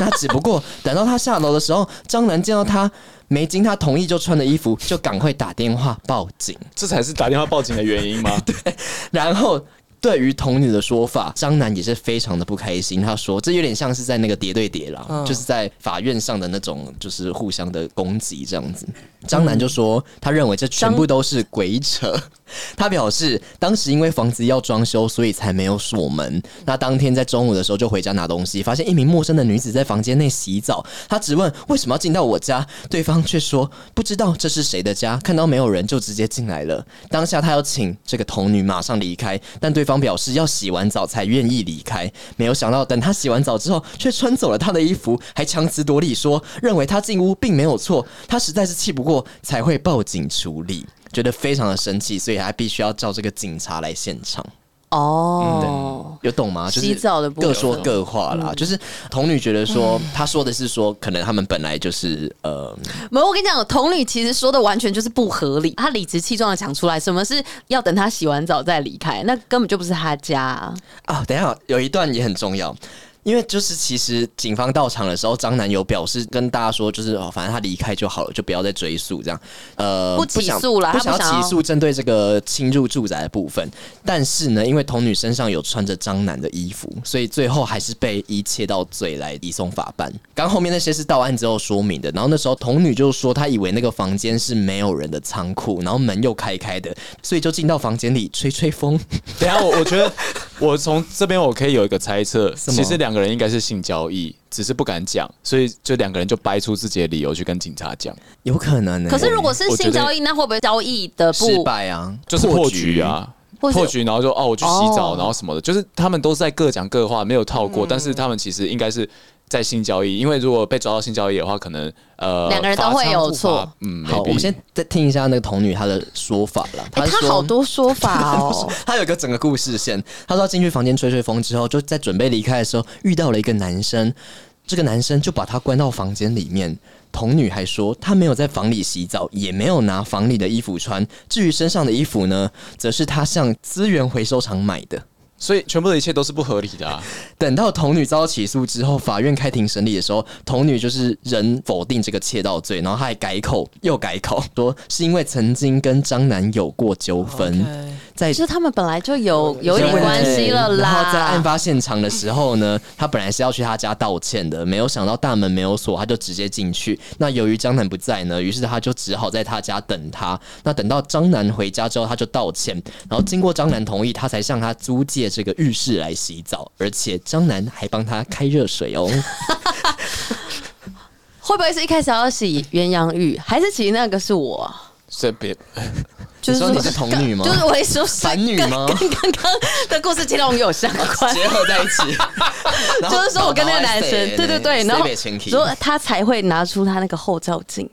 那只不过等到她下楼的时候，张楠见到她没经她同意就穿的衣服，就赶快打电话报警。 [LAUGHS] 这才是打电话报警的原因吗？ [LAUGHS] 然后对于童女的说法，张楠也是非常的不开心。他说，这有点像是在那个叠对叠啦，嗯就是在法院上的那种，就是互相的攻击这样子。张楠就说，他认为这全部都是鬼扯。他表示，当时因为房子要装修，所以才没有锁门。那当天在中午的时候就回家拿东西，发现一名陌生的女子在房间内洗澡。他质问为什么要进到我家，对方却说不知道这是谁的家，看到没有人就直接进来了。当下他要请这个童女马上离开，但对方表示要洗完澡才愿意离开。没有想到，等他洗完澡之后，却穿走了他的衣服，还强词夺理说认为他进屋并没有错，他实在是气不过才会报警处理。觉得非常的生气，所以他必须要叫这个警察来现场，哦，有懂吗？就是洗澡的部分嗯各说各话啦。就是童女觉得说，她说的是说，可能他们本来就是呃，没有，我跟你讲，同理其实说的完全就是不合理。他理直气壮的讲出来，什么是要等他洗完澡再离开，那根本就不是他家、啊。啊，等一下有一段也很重要。因为就是其实警方到场的时候，张男有表示跟大家说，就是哦，反正他离开就好了，就不要再追诉这样。呃，不起诉啦不他想不不想想要要起诉针对这个侵入住宅的部分。但是呢，因为童女身上有穿着张男的衣服，所以最后还是被一切到罪来移送法办。刚后面那些是到案之后说明的，然后那时候童女就说，她以为那个房间是没有人的仓库，然后门又开开的，所以就进到房间里吹吹风。等一下，我我觉得我从这边我可以有一个猜测，么其实两个人应该是性交易，只是不敢讲，所以就两个人就掰出自己的理由去跟警察讲，有可能、欸。可是如果是我觉性得交易，那会不会交易的失不败啊，就是破局。啊。或是破局，然后就哦，我去洗澡，哦嗯然后什么的，就是他们都是在各讲各话，没有套过，但是他们其实应该是在性交易，因为如果被抓到性交易的话，可能呃，两个人都会有错罚仓不罚嗯，好，我 maybe 们先再听一下那个童女她的说法啦。哎、她他说好 [LAUGHS] 多说法哦。他有一个整个故事线。他说他进去房间吹吹风之后，就在准备离开的时候遇到了一个男生，这个男生就把他关到房间里面。童女还说，她没有在房里洗澡，也没有拿房里的衣服穿。至于身上的衣服呢，则是她向资源回收厂买的。所以全部的一切都是不合理的、啊。等到童女遭到起诉之后，法院开庭审理的时候，童女就是仍否定这个窃盗罪，然后她还改口又改口，说是因为曾经跟张男有过纠纷 OK 在 [LAUGHS] 就是他们本来就有有一对点关系了然后在啦案。发现场的时候呢，他本来是要去他家道歉的，没有想到大门没有锁，他就直接进去。那由于张楠不在呢，于是他就只好在他家等他。那等到张楠回家之后，他就道歉，然后经过张楠同意，他才向他租借这个浴室来洗澡，而且张楠还帮他开热水 [LAUGHS] 哦。会不会是一开始要洗鸳鸯浴，还是其实那个是我？ [LAUGHS] 所以别就你说你是童女吗就是我也说 [LAUGHS] 是反女吗跟跟刚刚的故事接龙有相 [LAUGHS] 关。结合在一起， [LAUGHS] 然后就是说我跟那个男生，对对对，然后塞北前提说他才会拿出他那个后照镜。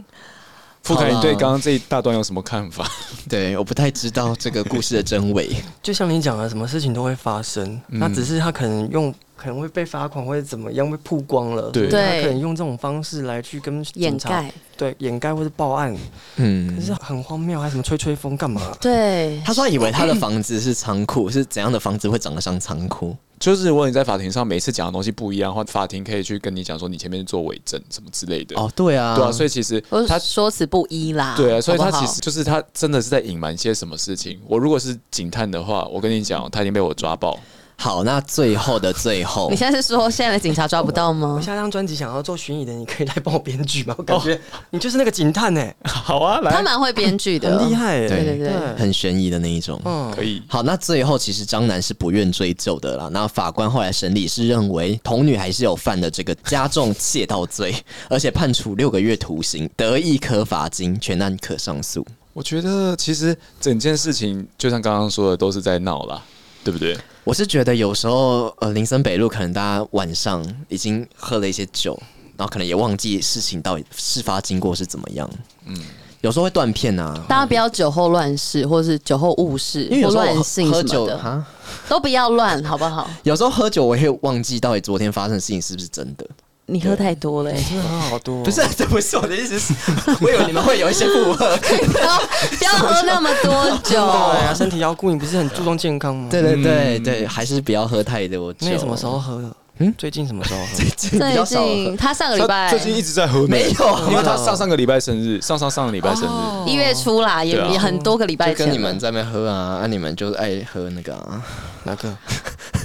傅凯，好啦你对刚刚这一大段有什么看法？对，我不太知道这个故事的真伪。就像你讲的，什么事情都会发生，嗯那只是他可能用可能会被罚款或者怎么样被曝光了，对所以对他可能用这种方式来去跟警掩察盖，对掩盖或者报案，嗯可。是很荒谬，还什么吹吹风干嘛？对，他说他以为他的房子是仓库，是怎样的房子会长得像仓库？ [LAUGHS] 就是如果你在法庭上每次讲的东西不一样的话，法庭可以去跟你讲说你前面做伪证什么之类 [LAUGHS] 的。哦，对啊，对啊，所以其实我是他说辞不一啦。 [LAUGHS] 对啊，所以好他不好其实就是他真的是在隐瞒些什么事情。我如果是警探的话，我跟你讲，他已经被我抓爆。好，那最后的最后你，现在是说现在的警察抓不到我嗯吗？下张专辑想要做悬疑的，你可以来帮我编剧吗？我感哦觉你就是那个警探哎、好啊，他蛮会编剧的，很厉。啊害哎、对对对，很悬疑的那一种。嗯可以。好，那最后其实张楠是不愿追究的啦。那法官后来审理是认为童女还是有犯了这个加重窃盗罪，而且判处六个月徒刑，得一颗罚金，全案可上诉。我觉得其实整件事情就像刚刚说的，都是在闹啦，对不对？我是觉得有时候，呃，林森北路可能大家晚上已经喝了一些酒，然后可能也忘记事情到底事发经过是怎么样。嗯，有时候会断片啊，大家不要酒后乱事，或是酒后误事，因为有或时候乱我性喝什么酒的，哈，都不要乱，好不好？有时候喝酒我也会忘记到底昨天发生的事情是不是真的。你喝太多 [LAUGHS] 了、欸，真的好多、不是，这不是我的意思是， [LAUGHS] 我以为你们会有一些附 [LAUGHS] 和。不要不要喝那么多对酒。啊，身体要顾，你不是很注重健康吗？嗯对对对对，还是不要喝太多酒。那你什么时候喝的？嗯最近什么时候喝？最 [LAUGHS] 近比最较少喝近他上个礼他拜 [LAUGHS] 最近一直在喝，没有因为他上上个礼拜生日，上上上个礼拜生日，一月初啦，也对啊也很多个礼拜哦就前跟了，你们在那边喝啊，啊你们就爱喝那个啊，哪个？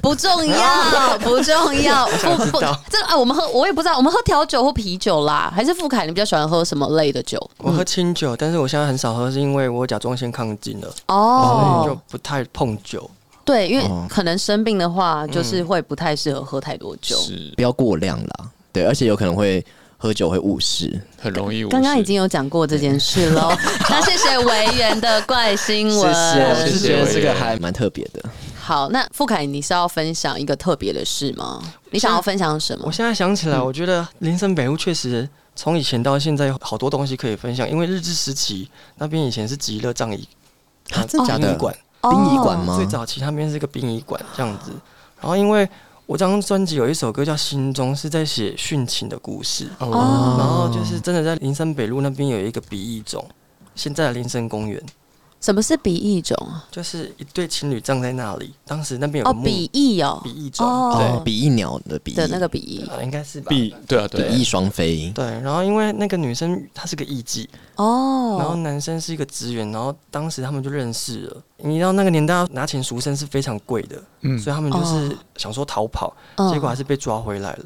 不重 [LAUGHS] 要，不重要，不不，这个啊，我们喝我也不知道，我们喝调酒或啤酒啦，还是傅凯，你比较喜欢喝什么类的酒？我喝清酒，但是我现在很少喝，是因为我甲状腺亢进了，所以就哦，不太碰酒。对，因为哦可能生病的话，就是会不太适合喝太多酒。是不要过量啦。对，而且有可能会喝酒会误事。很容易。刚刚已经有讲过这件事 [LAUGHS] 喽，那谢谢维园的怪新闻。我谢是谢觉得这个我也还蛮特别的。好，那傅凯，你是要分享一个特别的事吗？你想要分享什么我？现在想起来，我觉得林森北路确实从以前到现在有好多东西可以分享，因为日治时期那边以前是极乐葬仪啊真的假的殡仪馆，哦殡仪馆吗最早期那边是一个殡仪馆这样子。然后因为我这张专辑有一首歌叫《心中》，是在写殉情的故事。哦，然后就是真的在林森北路那边有一个鼻翼冢，现在的林森公园，什么是鼻翼种？就是一对情侣葬在那里。当时那边有哦，个墓鼻翼哦，鼻翼冢，哦哦，比翼鸟的比翼的那个鼻翼啊应该是吧？必对啊比对啊翼双飞，对，然后因为那个女生她是个艺妓，然后哦，男生是一个职员，然后当时他们就认识了。你知道那个年代要拿钱赎身是非常贵的，嗯所以他们就是哦想说逃跑，嗯结果还是被抓回来了。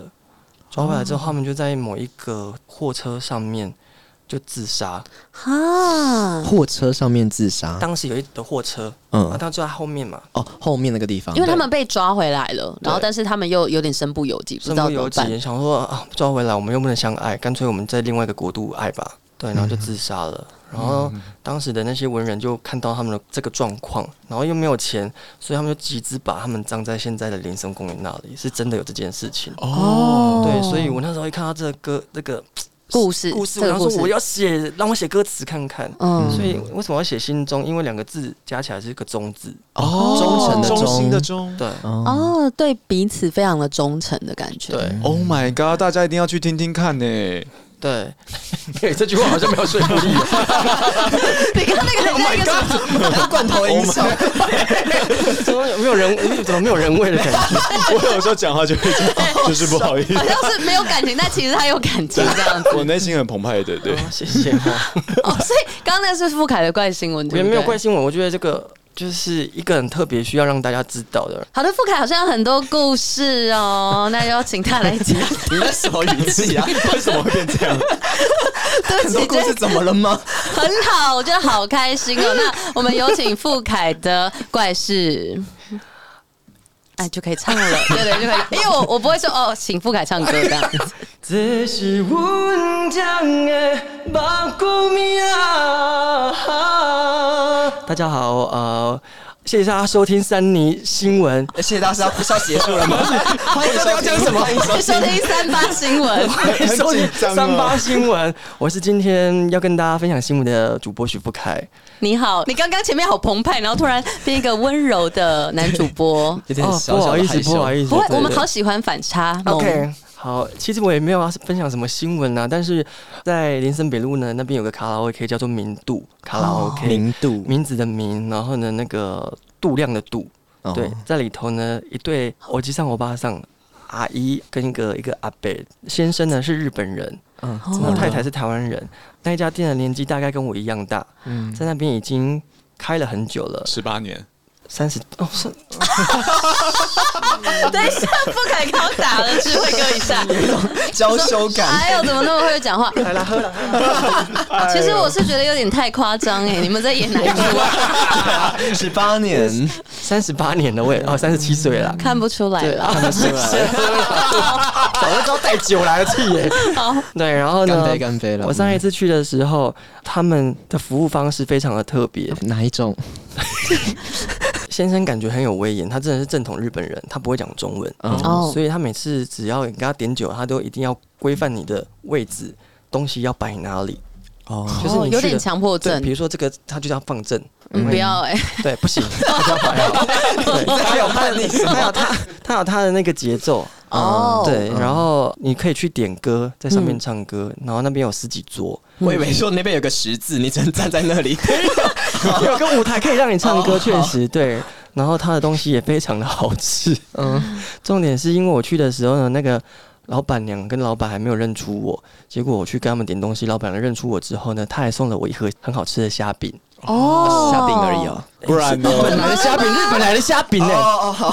抓回来之后，他们就在某一个货车上面就自杀。嗯哈，货车上面自杀。当时有一的货车，啊然后嗯，他就在后面嘛，哦，后面那个地方，因 [LAUGHS] 为他们被抓回来了，对然后但是他们又有点身不由己，不知身道不怎由么己办，。想说啊，抓回来我们又不能相爱，干脆我们在另外一个国度爱吧。对，然后嗯就自杀了。然后当时的那些文人就看到他们的这个状况，然后又没有钱，所以他们就集资把他们葬在现在的林森公园那里，是真的有这件事情。哦，对，所以我那时候一看到这个歌这个故事，故事，这个我想说故事我，要写，让我写歌词看看。嗯所以为什么要写心中？因为两个字加起来是一个忠字。哦，忠诚的中心的忠，中。对，哦，对彼此非常的忠诚的感觉。对， Oh my god！大家一定要去听听看呢。对， [LAUGHS] 嘿这句话好像没有说服力。 [LAUGHS] 你看那个 Oh 很像一个什么 [LAUGHS] 罐头音 [LAUGHS] 效，怎么有没有人？怎么没有人味的感觉？我有时候讲 [LAUGHS] 话就会这样就是不好意思好。像是没有感情，但其实他有感情这样子。我内心很澎湃的，对，哦谢谢哈，哦，所以刚刚那是傅凯的怪新闻，对也不对没有怪。新闻。我觉得这个就是一个很特别需要让大家知道的。好的，傅凯好像有很多故事哦，那就要请他来讲。你那什么语气 [LAUGHS] 啊？为什么会变这样？对不很起，多故事这怎么了吗？很好，我觉得好开心哦。那我们有请傅凯的怪事。哎，就可以唱了，对对，就可以，因为我我不会说哦，请傅凯唱歌这样子。这是阮倆的目睭命大家好，呃，谢谢大家收听三尼新 [LAUGHS] 闻。哎谢谢大家，不是要结束了 [LAUGHS] 吗？欢迎收听什么？欢迎收收听三八新闻，收听紧张哦三八新闻，我是今天要跟大家分享新闻的主播许富凯。 [LAUGHS] 你好，你刚刚前面好澎湃，然后突然变一个温柔的男主播。有点小哦不小好的意害思，羞不好意思，哦不会，对我们对好喜欢反差萌。 OK，好，其实我也没有要分享什么新闻啊，但是在林森北路呢，那边有个卡拉 OK 叫做明度卡拉 OK，、哦明度，名字的名，然后呢那个度量的度，哦对，在里头呢一对我机上我爸上阿姨跟一个一个阿伯先生呢是日本人，嗯，哦怎么我了太太是台湾人，那一家店的年纪大概跟我一样大，嗯在那边已经开了很久了，十八年，三十哦是 [LAUGHS] 等一下，不凯刚打了智慧哥一 [LAUGHS] 下，娇羞感，哎呦，怎么那么会讲话？来了喝了，喝啦其实我是觉得有点太夸张哎，你们在演哪一出啊？ [LAUGHS] 十八年，三十八年了我也哦三十七岁了啦。看不出来啊对，啊了。看得出来，早就知道带酒来了，气耶！对，然后干杯呢？干杯了。我上一次去的时候，他们的服务方式非常的特别。哪一种？先生感觉很有威严，他真的是正统日本人，他不会讲中文，哦所以他每次只要你跟他点酒，他都一定要规范你的位置，东西要摆哪里。哦，就是哦你去的有点强迫对，症比，如说这个，他就叫放 [LAUGHS] 正，嗯不要哎，对， [LAUGHS] 不行，他就要摆好。对，还有他， [LAUGHS] 他有他，他有他的那个节奏，哦，对，然后你可以去点歌，在上面唱歌，然后那边有十几桌， [LAUGHS] 我以为说那边有个十字，你只能站在那里。有个舞台可以让你唱歌，确实对。然后他的东西也非常的好吃。嗯，重点是因为我去的时候呢，那个老板娘跟老板还没有认出我，结果我去跟他们点东西，老板娘认出我之后呢，他还送了我一盒很好吃的虾饼。哦虾饼而已啊哦。不然呢？本来的虾饼，日本来的虾饼呢、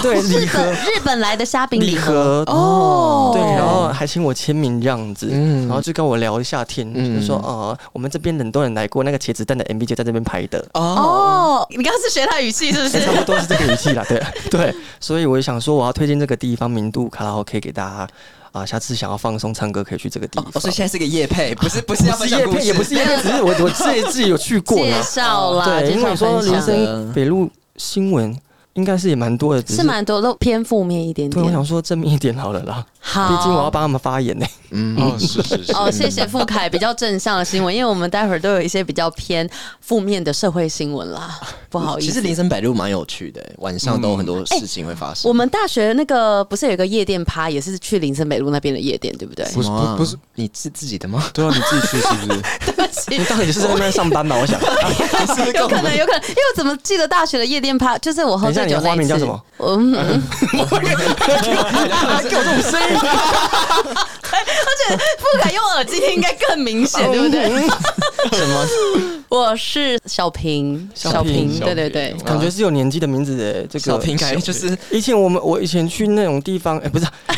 对，礼日本 [LAUGHS] 盒，日本来的虾饼礼礼盒。哦，对，然后还请我签名这样子，嗯然后就跟我聊一下天，嗯就说哦、我们这边很多人来过，那个茄子蛋的 MV 就在这边拍的，哦，你刚刚是学他语气是不哎是？差不多是这个语气啦， [LAUGHS] 对对，所以我就想说，我要推荐这个地方名都卡拉 OK 给大家啊，下次想要放松唱歌可以去这个地方。哦，所以现在是个夜配，不 [LAUGHS] 是不是要哦不分是享叶故片，事，也不是叶片，只是我我自己自己有去过介啦。绍啦，对，介因为绍你说分林享森北路新闻应该是也蛮多的，只是蛮多都偏负面一点对，我点。想说正面一点好了啦，好，毕竟我要帮他们发言呢、哦，是是 [LAUGHS] 是， [LAUGHS] 哦，谢谢傅凯比较正向的新闻，因为我们待会儿都有一些比较偏负面的社会新闻啦，不好意其实思。林森北路蛮有趣的，晚上都有很多事情会发生。我们大学那个不是有一个夜店趴，也是去林森北路那边的夜店，对不对？不是什么啊不不是，你自自己的吗？对啊，你自己去是不是？ [LAUGHS] 对不起 [LAUGHS] 你，到底是在那边上班吧？ [LAUGHS] 我想，有可能，有可能，因为我怎么记得大学的夜店趴，就是我喝等一醉下你的酒那花一名次。叫什么嗯， [LAUGHS] 嗯 [LAUGHS] 还给我这种声 [LAUGHS] 音，而且不敢用耳机听，应该更明显，嗯对不哦对？什么？我是小平，小平平，对对对，感觉是有年纪的名字诶、这个小平感觉就是以前我们我以前去那种地方，哎、不是，哎哎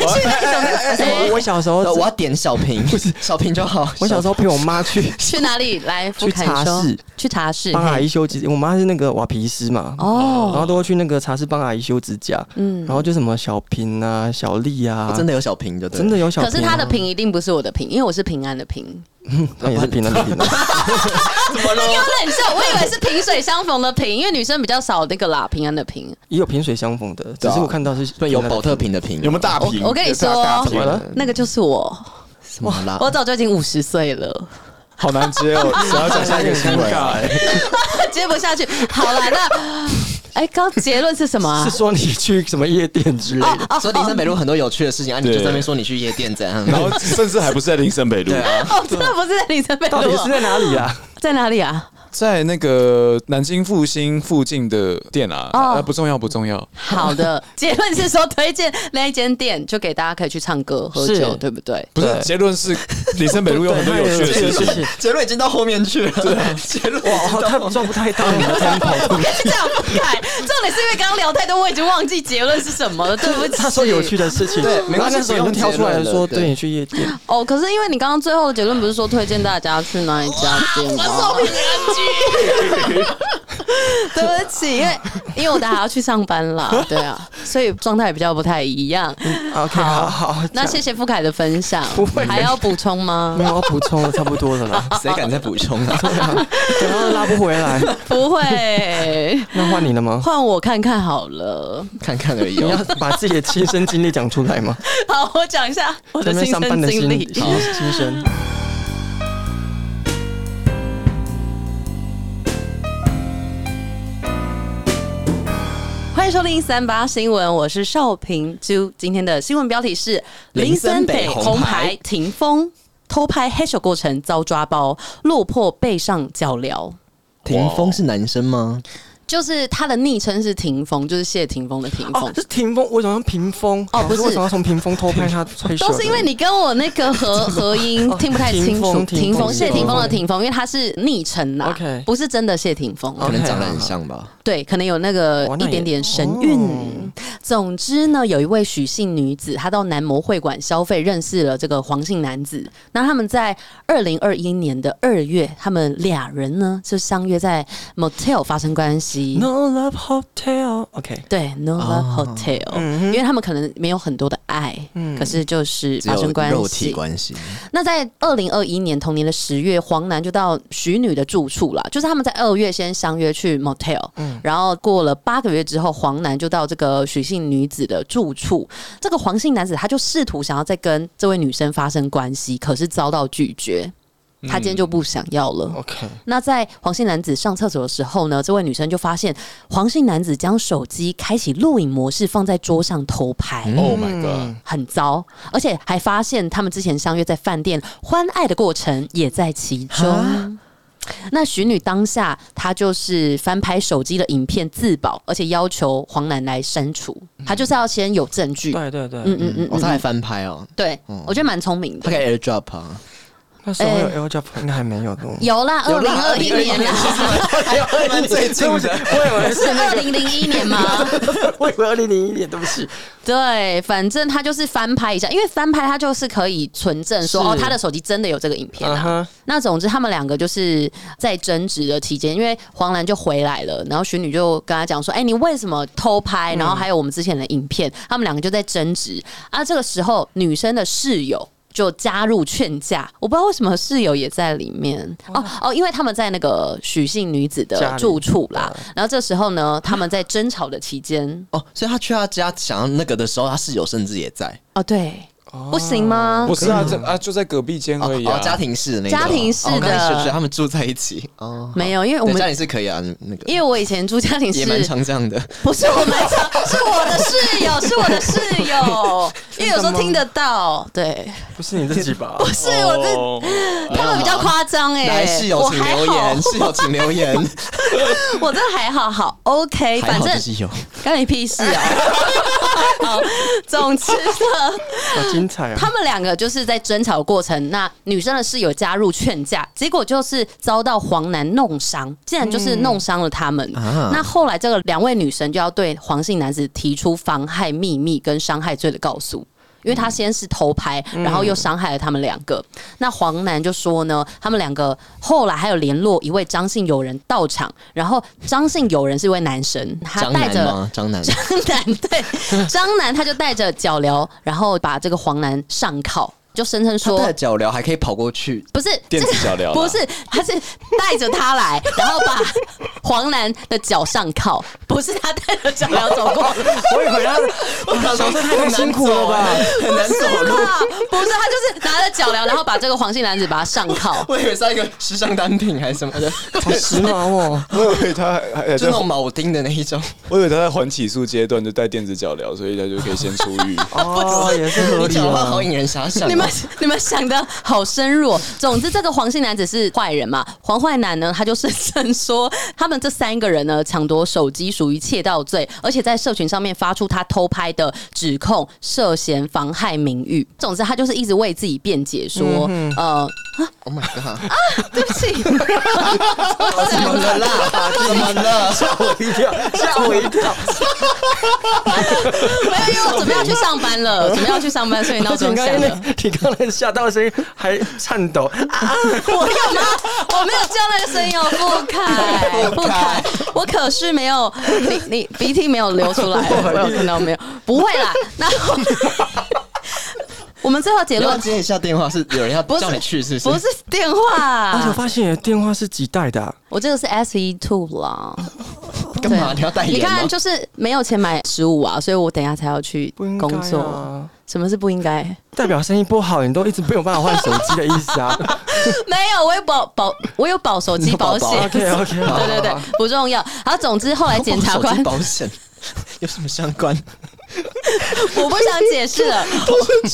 我 [LAUGHS] 我小时候呃，我要点小平，不是小平就好。我小时候陪我妈去去哪里？来，傅去凯茶说室，去茶室，帮阿嘿姨修指甲，我妈是那个瓦皮师嘛，哦然后都会去那个茶室帮阿姨修指甲，嗯，然后就什么小平啊、小丽啊，真的有小平就对了，真的有小哦平可啊，是他的平一定不是我的平，因为我是平安的平。那也是平安 [LAUGHS] 的平你有安，冷笑，我以为是萍水相逢的萍，因为女生比较少那个啦，平安的平。也有萍水相逢的，只是我看到是啊对有保特瓶的瓶， [LAUGHS] 有没有大屏？我跟你说有大大屏怎么了？那个就是我，什么啦？我早就已经五十岁了， [LAUGHS] 好难接哦，只要讲下一个 [LAUGHS] 新闻。接不下去。好了，那 [LAUGHS] 哎，刚结论是什么啊哦是？说你去什么夜店之类的，所以林森北路很多有趣的事情，啊，你就对在那边说你去夜店怎 [LAUGHS] 样？然后甚至还不是在林森北路，哦，真的不是在里程碑到底路是，在哪 [LAUGHS] 里啊？在哪里啊？在那个南京复兴附近的店啊，哦啊不重要不重要，好的，结论是说推荐那一间店，就给大家可以去唱歌喝酒，是对不对？不是对结论是林森北路有很多有趣的事情。情。结论已经到后面去了，对，啊结论已哦哇，经他到抓不太到你的我 tempo。跟你讲，不改，重点是因为刚刚聊太多，我已经忘记结论是什么了，对不起。他说有趣的事情，对没关系那时候你就挑出来说，对你去 [LAUGHS] 夜店，哦，可是因为你刚刚最后的结论不是说推荐大家去哪一家店吗？我平安居。 [LAUGHS] 对不起，因为因为我等下还要去上班啦，对啊，所以状态比较不太一样。 OK，好好，那谢谢傅凯的分享嗯不会，还要补充吗没？有我补充了，差不多了 [LAUGHS] 啦， [LAUGHS] 谁敢再补充啊？等下拉 [LAUGHS] 不回来，不会，那换你了吗？ [LAUGHS] 换我看看好了。看看而已你要哦。把自己的亲身经历讲出来吗？好，我讲一下我在的哦那亲边上班身的经心历。心心声，欢迎收听三八新闻，我是邵平珠。今天的新闻标题是：林森北红牌停风，偷拍黑手过程遭抓包，落魄背上脚镣。霆锋是男生吗？就是他的昵称是霆锋，就是谢霆锋的霆锋。哦，是屏风，我想要屏风，哦不是哦我想要从屏风偷拍他吹水，都是因为你跟我那个 [LAUGHS] 合合音哦听不太清楚，霆锋霆霆锋锋谢霆锋的霆锋，因为他是昵称呐 OK 不是真的谢霆锋。可 OK，能长得很像吧。对，可能有哦那个哇那一也点点神韵。哦总之呢，有一位许姓女子，她到男模会馆消费，认识了这个黄姓男子。那他们在二零二一年的二月，他们俩人呢就相约在 motel 发生关系。 No Love Hotel，OK，对，No Love Hotel，、因为他们可能没有很多的爱，可是就是只发有生关肉体系。关系，那在二零二一年同年的十月，黄楠就到徐女的住处了，就是他们在二月先相约去 motel，、然后过了八个月之后，黄楠就到这个许姓女子的住处。这个黄姓男子他就试图想要再跟这位女生发生关系，可是遭到拒绝。他今天就不想要了。 OK，那在黄姓男子上厕所的时候呢，这位女生就发现黄姓男子将手机开启录影模式放在桌上偷拍。 Oh my god！很糟，而且还发现他们之前相约在饭店欢爱的过程也在其中。那徐女当下她就是翻拍手机的影片自保，而且要求黄奶奶删除，她就是要先有证据。对对对，嗯嗯嗯哦，嗯，他还翻拍哦，对嗯，我觉得蛮聪明他的。可以 airdrop 啊，那时候有哎 L j o 应该还没有的。有啦，二零哦二一年啊啦，他 [LAUGHS] 们最近的我以为是二零零一年吗？我以为二零零一年，对不起。对，反正他就是翻拍一下，因为翻拍他就是可以存证说是哦，他的手机真的有这个影片嗯啊。哼，那总之，他们两个就是在争执的期间，因为黄兰就回来了，然后徐女就跟他讲说：“哎、你为什么偷拍？”然后还有我们之前的影片，他们两个就在争执啊。这个时候，女生的室友。就加入劝架，我不知道为什么室友也在里面哦哦，因为他们在那个许姓女子家的里住处啦。然后这时候呢，他们在争吵的期间，哦，所以他去他家想要那个的时候，他室友甚至也在哦对，不行吗？不是啊，这啊就在隔壁间哦而已啊。哦家庭式的那种家庭式的哦家庭式他们住在一起哦，没有，因为我对家们里是可以啊，那个因为我以前住家庭也蛮是，常这样的，不是我们 [LAUGHS] 常，是我的室友，是我的室友，因为有时候听得到，对，哦不是你自己吧？是我这、他们比较夸张哎来哎，室友我请还留好 [LAUGHS] 言，，室友请留言，我这还好好 OK，哎还反好正就是有，干你屁事啊！ [LAUGHS] 好，总之呢，好精彩啊！他们两个就是在争吵过程，那女生的室友加入劝架，结果就是遭到黄男弄伤，竟然就是弄伤了他们。啊那后来这个两位女生就要对黄姓男子提出妨害秘密跟伤害罪的告诉。因为他先是偷拍，嗯然后又伤害了他们两个。那黄楠就说呢，他们两个后来还有联络一位张姓友人到场，然后张姓友人是一位男生，他张带楠着吗？张楠，张楠对张楠，他就带着脚镣，然后把这个黄楠上铐，就声称他说带脚镣还可以跑过去，不是电子脚镣啦啊不是，他是带着他来，然后把黄楠的脚上铐，不是他带着脚镣走 [LAUGHS] 过，我以为他我想说这太辛苦了吧？很难走是路，啦，不是他就是拿着脚镣，然后把这个黄姓男子把他上铐，我以为是一个时尚单品还是什么的，好时髦 [LAUGHS] 哦！我以为他哎还还就在那，种铆钉的那一种，我以为他在还起诉阶段就带电子脚镣，所以他就可以先出 [LAUGHS] 狱。哦，也是合你理讲话啊好。引人遐想哦。你们 [LAUGHS] 你们想的好深入、哦。总之，这个黄姓男子是坏人嘛？黄坏男呢，他就 [LAUGHS] 声称说，他们这三个人呢，抢夺手机属于窃盗罪，而且在社群上面发出他偷拍的指控，涉嫌妨害名誉。总之，他就是一直为自己辩解说，呃， ，Oh my god，哦对不 [LAUGHS] 起，啊怎么了啦？怎么了？ [LAUGHS] 吓我一跳，吓我一跳！没有，因为我准备要去上班了，准备要去上班，所以闹而且钟你刚才响了。啊那，你刚才吓到的声音还颤我抖，干嘛？我没有叫那个声音哦，不凯，不凯，我可是没有，你你鼻涕没有流出来，我有听到没有？不会啦，那 [LAUGHS] 我们最后结你要论接一下电话，是有人要不是叫你去，是不是？不是电话而且我，发现你的电话是几代的啊，我这个是 S E two 啦。干嘛？你要代你言吗看，？就是没有钱买食物啊，所以我等一下才要去不应该工作。啊。什么是不应该？代表生意不好，你都一直没有办法换手机的意 [LAUGHS] 思啊没有，我有保保，我有保手机 [LAUGHS] 保险。 ？OK OK，对对对，不重要。好，总之后来检察手机官保险 [LAUGHS] 有什么相关？我不想解释了， [LAUGHS]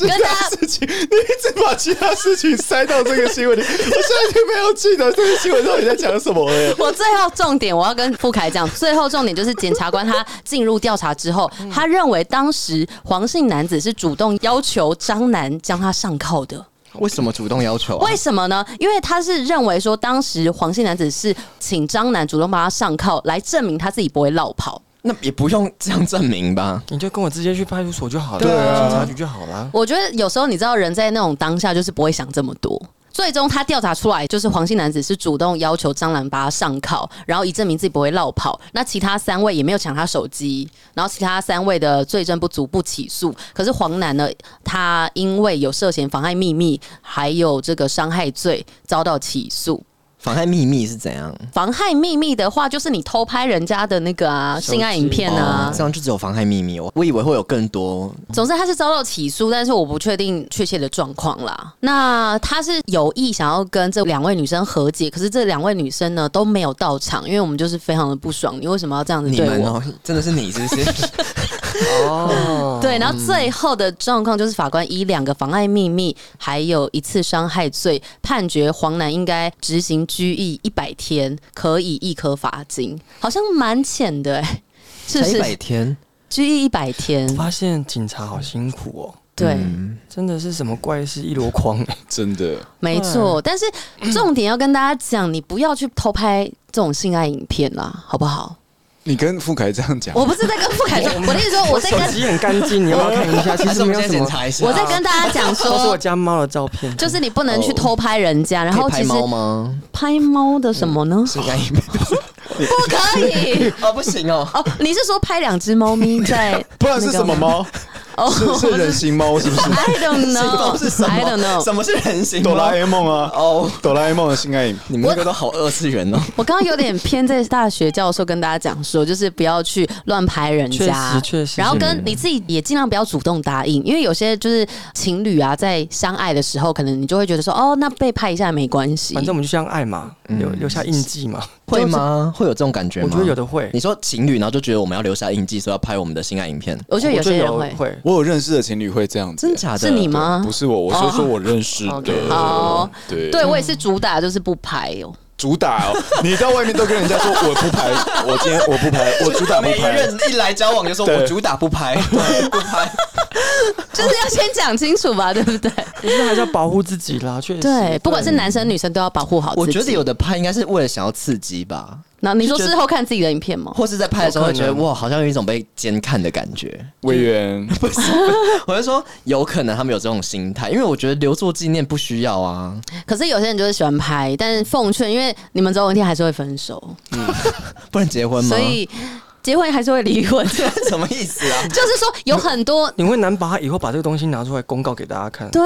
跟大家事情，你一直把其他事情塞到这个新闻里，我现在已经没有记得这个新闻到底在讲什么了耶。我最后重点，我要跟傅凯讲，最后重点就是检察官他进入调查之后，他认为当时黄姓男子是主动要求张楠将他上铐的。为什么主动要求啊？为什么呢？因为他是认为说，当时黄姓男子是请张楠主动帮他上铐，来证明他自己不会落跑。那也不用这样证明吧？你就跟我直接去派出所就好了，对啊警察局就好了。我觉得有时候你知道，人在那种当下就是不会想这么多。最终他调查出来，就是黄姓男子是主动要求张兰把他上铐，然后以证明自己不会落跑。那其他三位也没有抢他手机，然后其他三位的罪证不足不起诉。可是黄楠呢，他因为有涉嫌妨害秘密，还有这个伤害罪遭到起诉。妨害秘密是怎样？妨害秘密的话，就是你偷拍人家的那个啊手机性爱影片啊哦，这样就只有妨害秘密哦。我以为会有更多，总之，他是遭到起诉，但是我不确定确切的状况啦。那他是有意想要跟这两位女生和解，可是这两位女生呢都没有到场，因为我们就是非常的不爽，你为什么要这样子你对们哦我？ [LAUGHS] 哦，真的是你是不是？哦，对，然后最后的状况就是法官以两个妨碍秘密，还有一次伤害罪，判决黄楠应该执行拘役一百天，可以一颗罚金，好像蛮浅的、欸，是不才一百是？天，拘役一百天我，发现警察好辛苦哦，对，嗯真的是什么怪事一箩筐。真的没错。但是重点要跟大家讲，你不要去偷拍这种性爱影片啦， [COUGHS] 好不好？你跟傅凯这样讲，我不是在跟傅凯说，我的意思说我在手跟机很干净，你要不要看一 [LAUGHS] 下？其还是实我没们现在有什检么，查一下，我在跟大家 [LAUGHS] 讲都是我说。家猫的照片。就是你不能去偷拍人家，然可后以其拍实猫吗？嗯拍猫的什么呢？应该也没不可以 [LAUGHS] 哦，不行哦，哦！你是说拍两只猫咪在不然是什么猫？哦是是人形猫是不是？ [LAUGHS] ？I don't 猫是什 know. 么 I don't know. 什么是人形猫？哆啦 A 梦啊，哦，哆啦 A 梦的性爱影片你们那个都好二次元哦。我刚刚有点偏在大学教授跟大家讲说，就是不要去乱拍人家，确实确实然后跟你自己也尽量不要主动答应，因为有些就是情侣啊，在相爱的时候，可能你就会觉得说，哦，那被拍一下没关系。反正我们就相爱嘛，嗯留留下印记嘛。会吗？会有这种感觉吗？我觉得有的会你，说情侣，然后就觉得我们要留下印记，说要拍我们的性爱影片，我觉得有我觉些得人有会，会。我有认识的情侣会这样子，真假的？是你？吗不？是我，我是说我认识哦的 OK，好。对对，我也是主打就是不拍哦。主打哦，你到外面都跟人家说我不排，我今天我不排，我主打不每一排。任一来交往就说对我主打不拍，不拍。就是要先讲清楚吧，对不对？可是还是要保护自己啦，确实。对，不管是男生女生都要保护好自己。 [LAUGHS] 我觉得有的拍应该是为了想要刺激吧，那你说就觉事得后看自己的影片吗？或是在拍的时候会觉得有可能哇，好像有一种被监看的感 [LAUGHS] 觉。委员，我就说有可能他们有这种心态，因为我觉得留作纪念不需要啊，可是有些人就是喜欢拍，但是奉劝，因为你们总有一天还是会分手，不然结婚吗？所以结婚还是会离婚。就 [LAUGHS] 什么意思啊？是说有很多你会难把以后把这个东西拿出来公告给大家看。对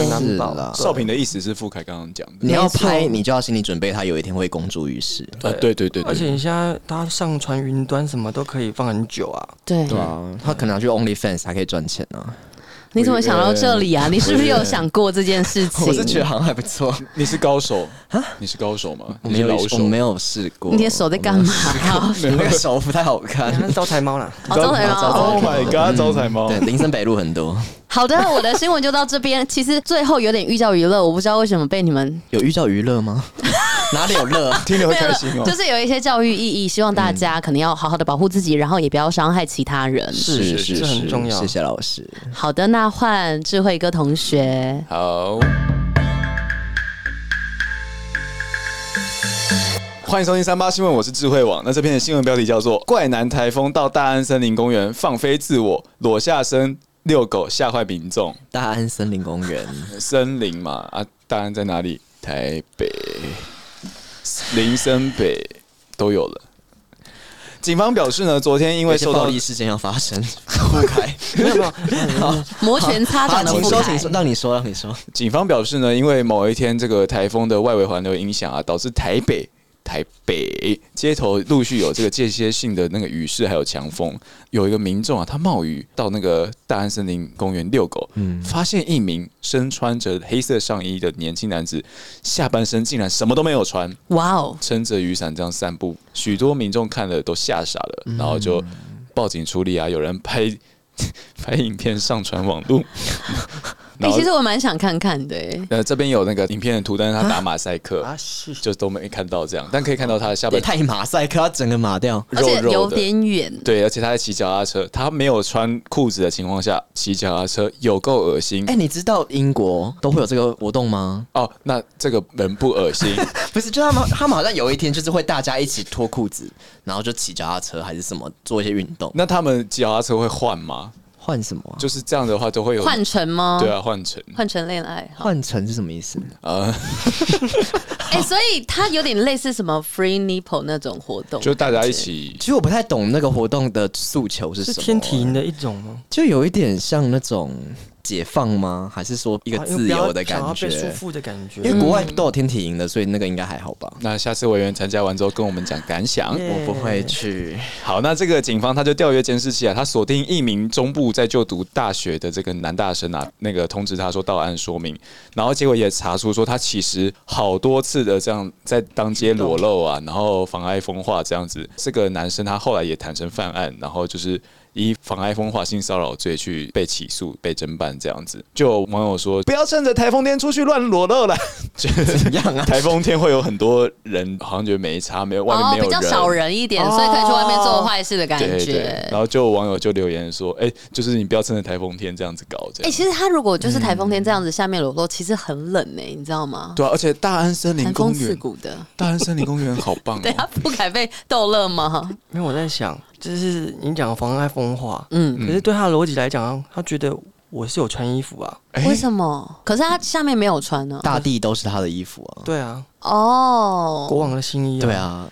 很难是保啦。少平的意思是傅凯刚刚讲的你要没错拍，你就要心理准备，他有一天会公诸于世。啊，对对对，对而且你现在大家上传云端什么都可以放很久 [LAUGHS] 啊，对，对啊，他可能要去 OnlyFans 还可以赚钱啊。你怎么想到这里啊？你是不是有想过这件事我是觉情？得好像还不错，你是高手你是高手吗？我你没是有老我手，没有试过。你的手在干嘛？我 [LAUGHS] 没有？那个手不太好看 [LAUGHS] 你。看招财猫啦。哦，招财猫。 Oh my god，招财猫对，，林森北路很多。好的，我的新闻就到这边。其实最后有点寓教于乐，我不知道为什么被你 [LAUGHS] 们有遇到娱乐 [LAUGHS] 吗？哪里有乐啊？听了会开心哦就。是有一些教育意义，希望大家可能要好好的保护自己，然后也不要伤害其他人。 [LAUGHS] 是是这很重要谢谢老师。好的，那换智慧哥同学，好，欢迎收听三八新闻，我是智慧网。那这篇的新闻标题叫做《怪男台风到大安森林公园放飞自我，裸下身遛狗吓坏民众》。大安森林公园，森林嘛，啊，大安在哪里？台北、林森北都有了。警方表示呢，昨天因因为受到暴力事件要发 [LAUGHS] 生，不开。没有没有，摩拳擦掌的请覆说，盖请。说，让你说，让你说。警方表示呢，因为某一天这个台风的外围环流影响啊，导致台北。台北街头陆续有这个间歇性的那个雨势，还有强风。有一个民众啊，他冒雨到那个大安森林公园遛狗，嗯发现一名身穿着黑色上衣的年轻男子，下半身竟然什么都没有穿，哇哦，撑着雨伞这样散步，许多民众看了都吓傻了，嗯然后就报警处理啊，有人拍 [LAUGHS] 拍影片上传网 [LAUGHS] 络。哎、然后其实我蛮想看看的、欸。呃，这边有那个影片的图，但是他打马赛克，啊是就都没看到这样，但可以看到他的下也半太马赛克，要整个马掉。而且肉有肉的。点远，对，而且他在骑脚踏车，他没有穿裤子的情况下骑脚踏车，有够恶心、哎，你知道英国都会有这个活动吗？哦。那这个人不 [LAUGHS] 恶心，不是，就他们，他们好像有一天就是会大家一起脱裤子，然后就骑脚踏车还是什么，做一些运动。那他们骑脚踏车会换吗？换什么啊？就是这样的话，都会有换乘吗？对，啊，换乘换乘恋爱。好换乘是什么意思？啊，哎、所以它有点类似什么 free nipple 那种活动，就大家一起其实我不太懂那个活动的诉求是 [LAUGHS] 是什么。啊天体营的一种吗？就有一点像那种解放吗？还是说一个啊因为自不要由的想感要觉？被束缚的感觉。因为国外都有天体营的，所以那个应该还好吧。那下次委员参加完之后跟我们讲感想。耶我不会去，好，那这个警方他就调阅监视器啊，他锁定一名中部在就读大学的这个男大生啊，那个通知他说到案说明，然后结果也查出说他其实好多次的这样在当街裸露啊，然后妨碍风化这样子。这个男生他后来也坦诚犯案，然后就是以妨碍风化性骚扰罪去被起诉、被侦办这样子。就有网友说，不要趁着台风天出去乱 [LAUGHS] 裸露哦了， [LAUGHS] 觉得怎样啊？台风天会有很多人，好像觉得没差，没有外面没有哦比较少人一点，所以可以去外面做坏事的感对对，觉然。后就有网友就留言说：“哎、就是你不要趁着台风天这样子搞，这哎，样、其实他如果就是台风天这样子下面裸嗯露，其实很冷哎，你知道吗？对啊。而且大安森林寒公风刺园，骨的，大安森林公园好棒、哦， [LAUGHS] 对他啊不该被逗乐吗？没有我在想，就是你讲妨碍风化，嗯，可是对他的逻辑来讲，啊他觉得我是有穿衣服啊，哎为什么？可是他下面没有啊穿呢。大地都是他的衣服啊。对啊，国哦，王的新衣、对，啊，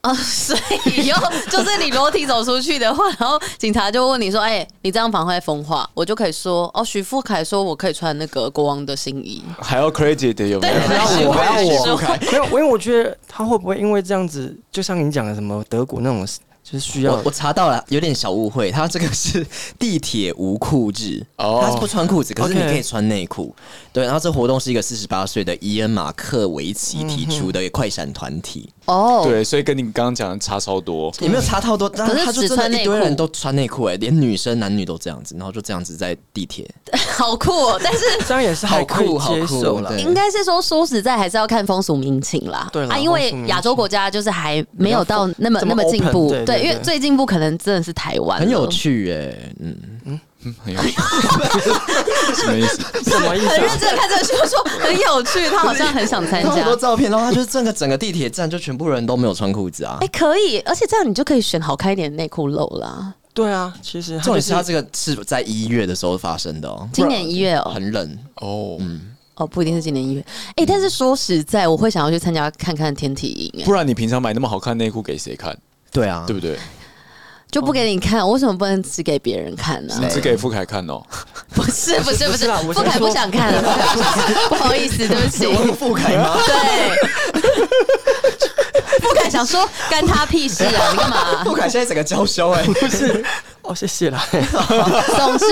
啊，所以 [LAUGHS] 以后就是你裸体走出去的话，然后警察就问你说：“哎、你这样妨害风化。”我就可以说：“哦，许富凯说我可以穿那个国王的新衣。还要 crazy 的有没有？对要我还要我，没有，因为我觉得他会不会因为这样子，就像你讲的什么德国那种，就是需要我我查到了，有点小误会，他这个是地铁无裤日，哦他是不穿裤子，可是你 OK 可以穿内裤。对，然后这活动是一个四十八岁的伊恩马克维奇提出的快闪团嗯体，”哦，对，所以跟你刚刚讲的差超多。也没有查太多，但可是他就只真的穿内一堆人裤都穿内裤，哎，连女生男女都这样子，然后就这样子在地铁，好酷哦！但是这样也是还可以好酷接好酷受啦。对应该是说，说实在还是要看风俗民情啦。对啦啊，因为风俗民情亚洲国家就是还没有到那么这那么么进步， open，对对因为对最进步可能真的是台湾，很有，趣哎，嗯，很有什么意 [LAUGHS] 思？什么意很思、啊认？真地看这个秀，说很有趣，他好像很想 [LAUGHS] 参他加很。多照片，然后他就整个整个地铁站就全部人都没有穿裤子啊哎、。可以，而且这样你就可以选好看一点的内裤露啦。对啊，其实重点他就是他这个是在一月的时候发生的哦，今年一月哦，很冷，哦，哦，不一定是今年一月。哎、但是嗯说实在，我会想要去参加看看天体营，哎不然你平常买那么好看内裤给谁看？对嗯啊，对不对？就哦不给你看，我为什么不能只给别人看呢、你只给傅凯看哦。不是不是不不是是啦，啊我不先凯不说想看了，不凯不想看不好意思，对不 [LAUGHS] 起，不凯 [LAUGHS] 吗？对。不凯想说干他屁事啊！你干嘛？不凯现在整个娇 [LAUGHS] 羞哎， [LAUGHS] 哦，谢谢啦。总之，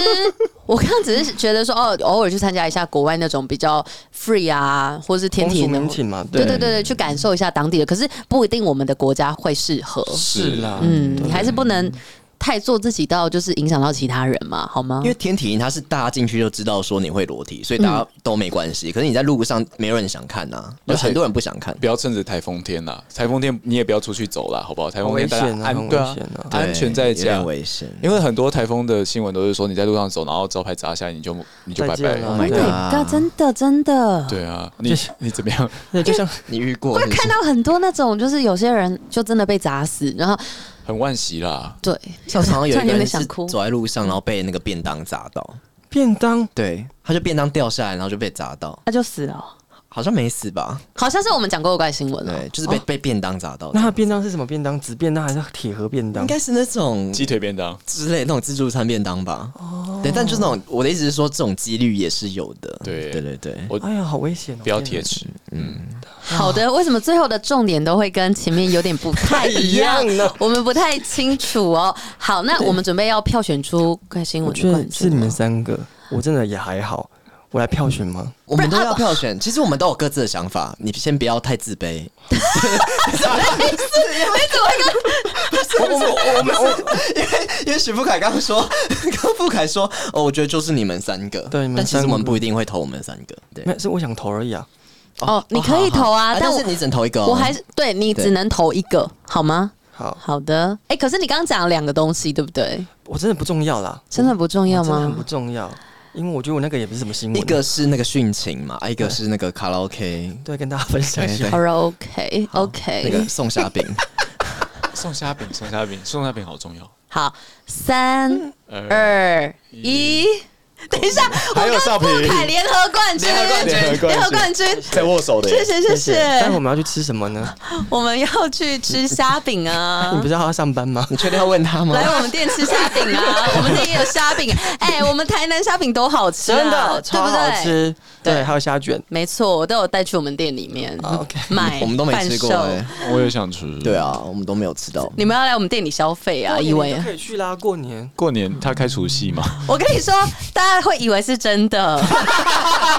我刚刚只是觉得说，哦，偶尔去参加一下国外那种比较 free 啊，或是天体营的活风俗民情嘛对对对对对，去感受一下当地的。可是不一定我们的国家会适合，是啦，嗯，对你还是不能太做自己到就是影响到其他人嘛，好吗因？为天体营它是大家进去就知道说你会裸体，所以大嗯家都没关系。可是你在路上，没有人想看呐，有而且很多人不想看。不要趁着台风天啦，台风天你也不要出去走啦，好不好？台好风危天大家险啊，安很危对啊险啊。对安全在有家点。危险。因为很多台风的新闻都是说你在路上走，然后招牌砸下来，你就你就拜再拜见了了。 my 对啊 god 那真的真的，对啊，你你怎么 [LAUGHS] 样？对，就像你遇过会是不是看到很多那种，就是有些人就真的被砸死，然后很惋惜啦。对，像 [LAUGHS] 常常有突然一个有人点是想哭。走在路上，然后被那个便当砸到，便当，对，他就便当掉下来，然后就被砸到，他就死了，好像没死吧？好像是我们讲过的怪新闻啊了对，。就是被被便当砸到那。它便当是什么便当？纸便当还是铁盒便当应？该是那种鸡腿便当，之类那种自助餐便当吧。哦，对，但就是那种我的意思是说，这种几率也是有的。对对对对，哎呀，好危险哦！不要铁天哪齿。好 [LAUGHS] 的，为什么最后的重点都会跟前面有点不太一样一样呢？我们不太清楚哦。好，那我们准备要票选出怪新我闻觉的冠得是你军们了。三个，我真的也还好。我来票选吗？我们都要票选。 [LAUGHS] 其实我们都有各自的想法，你先不要太自 [LAUGHS] 卑。 [LAUGHS] 我我我我们我 [LAUGHS] 因为因为许富凯刚刚说，刚刚富凯说，哦，我觉得就是你们三个，对你们但其实三我个们不一定会投我们三个，对，没有是我想投而已啊。哦你可以投啊好好但但我是你只能投一个、哦，我还是对你对只能投一个，好吗？好，好的，哎、可是你刚刚讲了两个东西，对不对？哦我真的不重要啦，真的不重要真的很不吗？重要，因为我觉得我那个也不是什么新闻。一个是那个殉情嘛，啊，一个是那个卡拉 OK，对，跟大家分享一下对。好了，OK 那 OK，、个送虾饼， [LAUGHS] 送虾饼，送虾饼，送虾饼好重要。好，三二一，等一下，还有少平凯联合冠军，联合冠军联合冠军，在握手的谢耶谢谢谢谢但我谢，们要去吃什么呢？我们要去吃虾饼啊 [LAUGHS] 你。不是要上班吗？你确定要问他吗？来我们店吃虾饼啊！我们店也有虾饼，哎、我们台南虾饼都好吃、啊，真的对超不好对？吃，对，还有虾卷。没错，我都有带去我们店里面、 OK 买，啊 [LAUGHS] 我们都没吃过、贩售哎，我也想吃。对，啊，我们都没有吃到。你们要来我们店里消费啊，过年以为就可以去啦，过年。过年他开除夕嘛，我跟你说，大家会以为是真 [LAUGHS] 的。 [LAUGHS] 我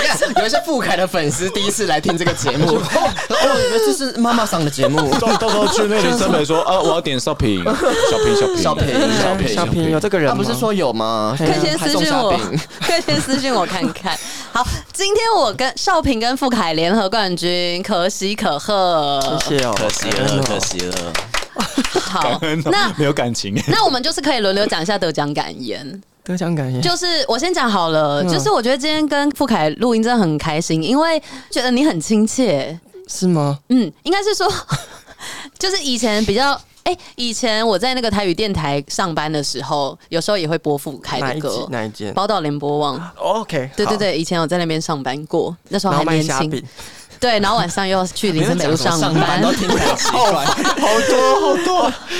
看有一些富凯的粉丝第一次来听这个节目， [LAUGHS] 哦，原来这是妈妈上的节目，到到时候去那里真 [LAUGHS] 美说啊，我要点烧 [LAUGHS] 瓶，小瓶小瓶小瓶小瓶小平有这个 [LAUGHS] 人他啊吗？不是说有吗？啊可以先私还送信虾我 [LAUGHS] 饼，可以先私信我看 [LAUGHS] 看。好，今天我跟少平跟傅凯联合冠军，可喜可贺。谢谢哦，可惜感恩了，哦可惜了。 [LAUGHS] 好，那那哦没有感情，那我们就是可以轮流讲一下得奖感言。 [LAUGHS] 得奖感言。就是我先讲好嗯了，就是我觉得今天跟傅凯录音真的很开心，因为觉得你很亲切。是吗？嗯，应该是说， [LAUGHS] 就是以前比较。哎、以前我在那个台语电台上班的时候，有时候也会播傅凯哪的一集歌，哪一《间宝岛联播网》。 ？OK，哦对对好，对，以前我在那边上班过，那时候然还后卖年虾轻。饼，对，然后晚上又要去林森北路上 [LAUGHS] 上班班，都听起来很 [LAUGHS] 奇怪，好多好多。 [LAUGHS]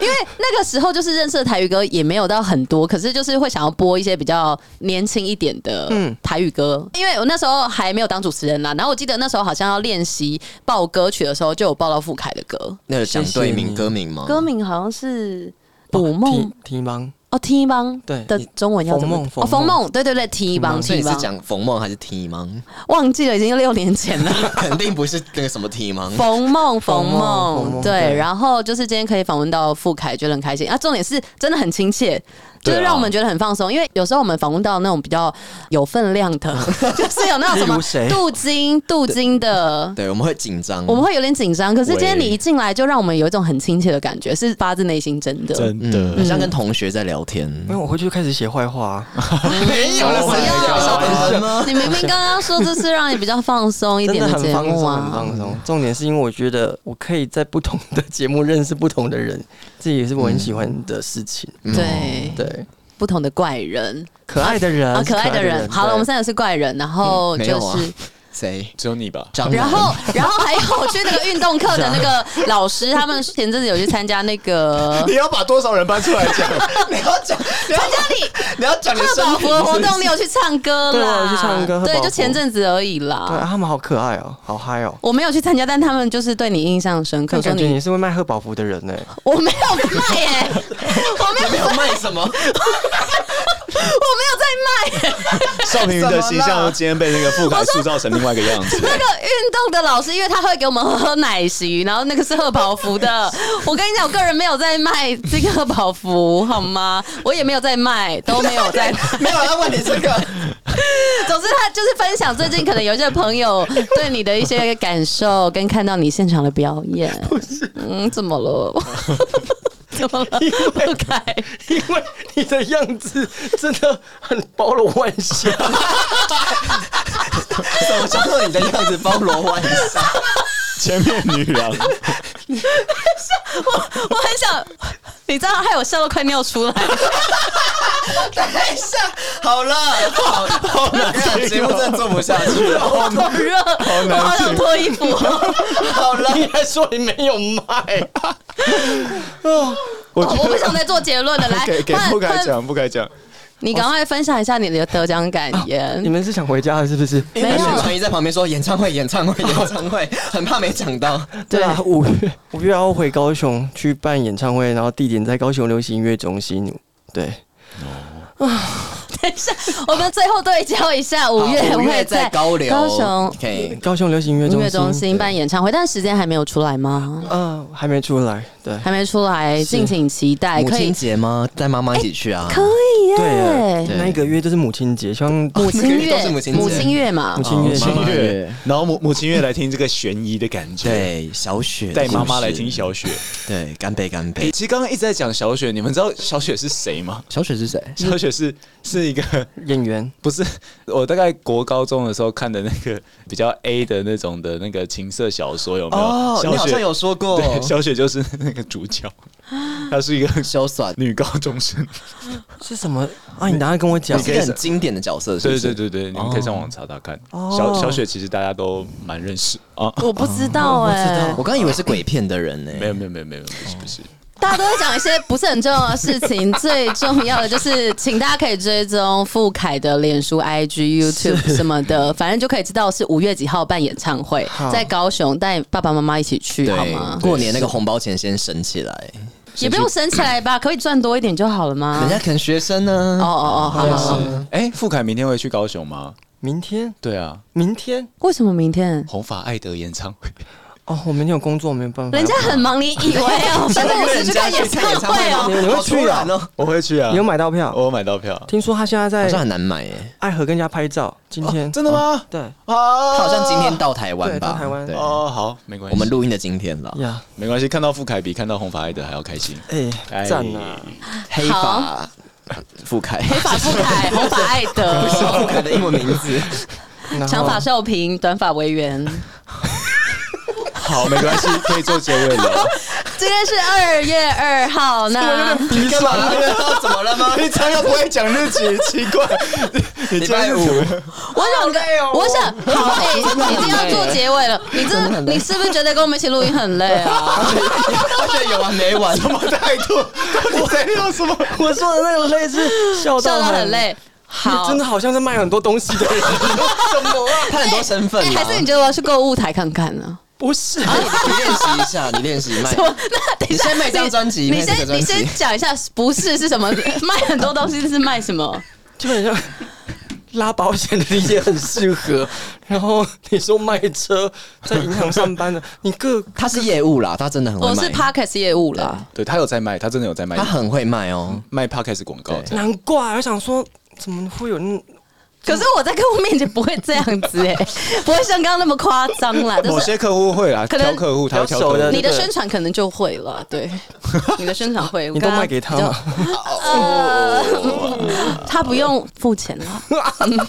因为那个时候就是认识的台语歌也没有到很多，可是就是会想要播一些比较年轻一点的嗯台语歌，因为我那时候还没有当主持人啦。然后我记得那时候好像要练习报歌曲的时候，就有报到傅凯的歌，那有讲对谢谢名你歌名吗？歌名好像是。捕梦哦提提帮哦，T 帮对的中文要怎么冯梦哦，冯冯梦梦对对对，T 帮所以 T 你是帮，讲冯梦还是 T [LAUGHS] 吗？忘记了，已经六年前了。肯定不是那个什么 T 吗？冯梦，冯冯梦冯梦，梦对，对然后就是今天可以访问到傅凯，觉得很开心啊。重点是真的很亲切，就是对啊让我们觉得很放松。因为有时候我们访问到那种比较有分量的，就是有那种什例么如谁镀金、镀金的，对，我们会紧张，我们会有点紧张。可是今天喂你一进来，就让我们有一种很亲切的感觉，是发自内心真的。真嗯，的很像跟同学在聊 [LAUGHS] 天，哦因为我回去就开始写坏话啊，没有了，不谁要有啊少什 [LAUGHS] 么？你明明刚刚说这是让你比较放松一真点的很节放目松，很啊，放松。重点是因为我觉得我可以在不同的节目认识不同的人，这也是我很喜欢的事情。嗯对，对，呃不同的怪人可爱的人啊，可爱的人。好了，我们对嗯三个是怪人，然后没有就啊是。谁？只有你吧？张啊 [LAUGHS] 然楠后，然后还有我去那个运动课的那个老师，他们前阵子有去参加那 [LAUGHS] 个你要把多少人搬出来讲？ [LAUGHS] 你要讲，你要那里你要讲你贺宝生福平的活动，你有去唱歌对啦？我有去唱歌贺对，宝就福前阵子而已对啊，啦。他们好可爱哦，好嗨哦。我没有去参加，但他们就是对你印象深刻，我说感觉你你是会卖贺宝福的人呢、我没有卖耶、 [LAUGHS] 我没有没有卖什么，我没有在卖耶、 [LAUGHS] 少平的形怎么象啦今天被那个傅凯塑造成另外一个样子。 [LAUGHS] 那个运动的老师，因为他会给我们喝奶昔，然后那个是贺宝福 [LAUGHS] 的。我跟你讲，我个人没有在卖这个贺宝福，好吗？我也没有在卖，都没有 [LAUGHS] 在卖。 [LAUGHS] 没有要问你这个。总之，他就是分享最近可能有一些朋友对你的一些感受，跟看到你现场的表演。嗯，怎么 [LAUGHS] 了？怎么了？不开，因为你的样子真的很包罗万 [LAUGHS] 象，我想到你的样子包罗万象，前面女郎，我很想，你知道，害我笑到快尿出来。太像 [LAUGHS] 好了，好，好难看，节目真的做不下去 [LAUGHS] 了，好热，我好想脱衣服。好了，你还说你没有卖？我我不想再做结论了，来，给给换傅凯换讲，傅凯讲，你赶快分享一下你的得奖感你言。们是想回家了是不是？没有而且传一在旁边说演唱会，演唱会，演唱会，很怕没讲 [LAUGHS] 到。对啊，五月 [LAUGHS] 五月要回高雄去办演唱会，然后地点在高雄流行音乐中心。对， [LAUGHS] 等一下，我们最后对焦一下，五月好五会月在高流，高雄可以。高雄流行音乐音中乐心，中心办演唱会，但时间还没有出来吗？呃，还没出来。对，还没出来，敬请期待。母可以亲，节吗？带妈妈一起去啊？可以对啊耶！那一个月就是母亲节，希望母那亲个月都月是母亲，节母亲月嘛母，亲哦月妈亲妈乐，然后母母亲乐来听这个悬疑的感觉，，对，小雪带妈妈来听，小雪。对，干杯干哎，杯。其实刚刚一直在讲小雪，你们知道小雪是谁吗？小雪是谁？小雪是是一个 [LAUGHS] 演员。不是我大概国高中的时候看的那个比较 A 的那种的那个情色小说，有没有？哦，小你雪好像有说过，对，小雪就是那个主角，她是一 [LAUGHS] 个小爽，女高中生。是什么啊？你等下跟我讲你。是一个很经典的角色，是不对是？哦对对对，你们可以上网查查看。哦小小雪其实大家都蛮认识啊。我不知道哎我，刚以为是鬼片的人呢、没有没有没有没有，不是不是，大家都会讲一些不是很重要的事情，最重要的就是，请大家可以追踪傅凯的脸书、IG、YouTube 什么的，反正就可以知道是五月几号办演唱会，在高雄，带爸爸妈妈一起去好吗？过年那个红包钱先省起来，也先不去用省起来吧，可以赚多一点就好了啊吗？人家可能学生呢哦。哦哦，好好好。是哎，傅凯明天会去高雄吗？明天，对啊，明天为什么明天？红发艾德演唱会，哦，我明天有工作，没有办法。人家很忙，你以为 [LAUGHS] 哦？真的我是去看演唱会哦。你会去啊好突然哦？我会去啊你有买到票？我有买到票。听说他现在好像在很哦难买耶，爱河跟人家拍照，今天、哦真的吗？对啊他好像今天到台湾吧？对到台湾对哦，好，没关系，我们录音的今天了。呀，没关系，看到傅凯比看到红发艾德还要开心。哎、哎赞啊！黑发傅凯，黑 [LAUGHS] 发不凯，红发艾 [LAUGHS] 德，傅凯的英文名字。然后长发少平，短发为 [LAUGHS] 圆。好，没关系，可以做结尾了。今天是二月二号，那 [LAUGHS] 你干嘛？怎么了吗？平常又不会讲日期，奇 [LAUGHS] 怪。你礼拜五，我想跟，哦我想 [LAUGHS] 好哎，已经要做结尾了。你这你是不是觉得跟我们一起录音很累 [LAUGHS] 啊？而且有完没完？什么态度？你在用什么？我说的那个累是 [LAUGHS] 笑笑到到很，累。你好真，的好像在卖很多东西 [LAUGHS] 的人，什么啊？他很多身份哎，啊还是你觉得我要去购物台看看呢？不是？你你练习一下，你练习卖。 [LAUGHS] 我那等一下，你先卖一张专辑你卖你这个先你专辑先讲一下，不是是什么？ [LAUGHS] 卖很多东西是卖 [LAUGHS] 什么？基本上拉保险的你也很适合。然后你说卖车，在银行上班的，你各他是业务啦，他真的很会我是卖， Pockets 业务啦，对他有在卖，他真的有在卖他，很会卖哦。卖 podcast 广告。对难怪我想说，怎么会有那可是我在客户面前不会这样子哎、不会像刚刚那么夸张 [LAUGHS] 啦，就某是些客户会啊，可能挑客户，他会挑客比较熟户的。你的宣传可能就会了， [LAUGHS] 对，你的宣传会，你我都刚刚卖给他比较吗？哦 [LAUGHS] 他不用付钱啊了。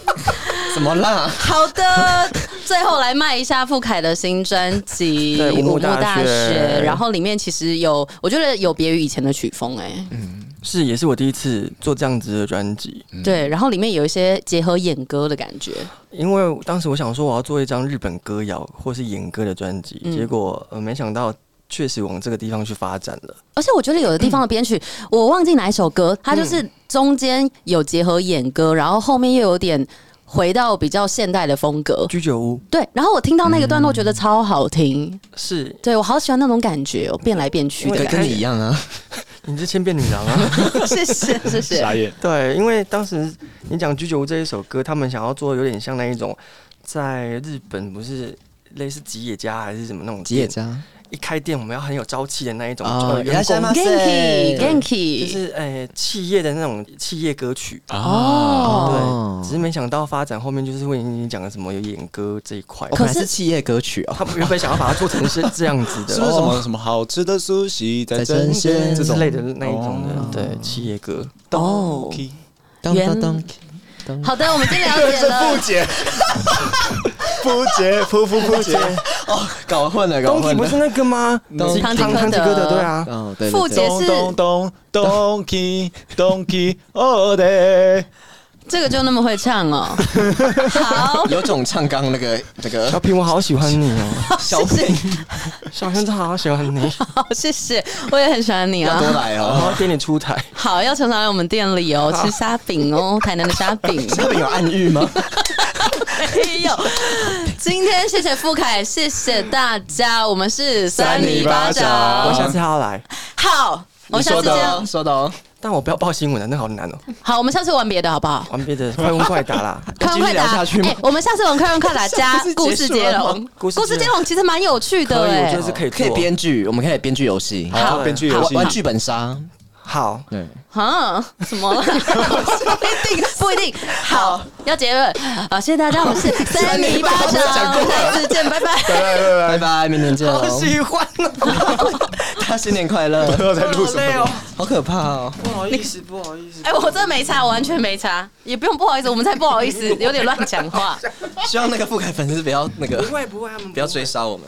怎么啦？好的， [LAUGHS] 最后来卖一下傅凯的新专辑对《武武木木大大学学》，然后里面其实有，我觉得有别于以前的曲风哎、嗯是，也是我第一次做这样子的专辑，对，然后里面有一些结合演歌的感觉，因为当时我想说我要做一张日本歌谣或是演歌的专辑，嗯结果呃没想到确实往这个地方去发展了。而且我觉得有的地方的编曲，我忘记哪一首歌，它就是嗯中间有结合演歌，然后后面又有点回到比较现代的风格。居酒屋对，然后我听到那个段落觉得超好听，是对我好喜欢那种感觉哦，变来变去因的对，为感跟跟你 [LAUGHS] 你一一样啊。你是千变女郎啊？觉，谢谢谢傻谢。眼，对，因为当时你讲居酒屋这一首歌，他们想要做有点像那一种在日本不是。类似吉野家还是什么那种吉野店，家一开店我们要很有朝气的那一种，哦呃原来员是工吗 Ganky 就 Ganky，是诶、呃企业的那种企业歌曲，哦对，只是没想到发展后面就是会你讲的什么有演歌这一块哦，，可本是来是企业歌曲哦。他原本想要把它做成是这样子的， [LAUGHS] 是不是什哦么什么好吃的苏西在针在针线线这之种类的那一种的哦？对，企业歌。哦当原当当，好的，我们今天了对，解是了 [LAUGHS] 不。解，不解，噗噗不解，哦，搞混了，搞东体混不是了。那个吗？东唐唐吉诃德吉诃德，对啊。哦，对，傅对姐对是咚咚咚咚咚咚哦的，这个就那么会唱哦。 [LAUGHS] 好，有种唱刚刚那个那小个平，我好喜欢你哦，小品，小平真的好喜欢 [LAUGHS] 你，好，谢谢，我也很喜欢你要多啊。来我哦。要点你出台。好，要常常来我们店里哦，吃虾饼 [LAUGHS] 哦，台南的虾饼。这边有暗喻吗？没有。哎今天谢谢傅凯，谢谢大家，我们是三泥巴掌哦我下次还要来，好，我们下次说的这哦，样。说的哦。但我不要报新闻了，那好 [LAUGHS] 难哦。好，我们下次玩别的好不好？玩别的，快问快答 [LAUGHS] 啦。快问快继续聊答下去吗哎我们下次玩快问快答加不是结束了吗故事接龙，故事接龙接龙其实蛮有趣的可以，我哎觉得。啊是可以可以做。编剧，我们可以编剧游戏，好，编剧游玩戏，玩剧本杀。好，对，啊，什么啦？不一定，不一定。好，要结论好，谢谢大家，我们是三泥巴讲掌，下次见，拜拜。拜拜，明年见哦好。喜欢哦，大家新年快乐不知！道在录什好累么哦。好可怕哦。不好意思，不好意思。哎，我真的没差，我完全没差，也不用不好意思，我们才不好意思，有点乱讲话。希望那个富凯粉丝不要那个不会不会，他们不要追杀我们。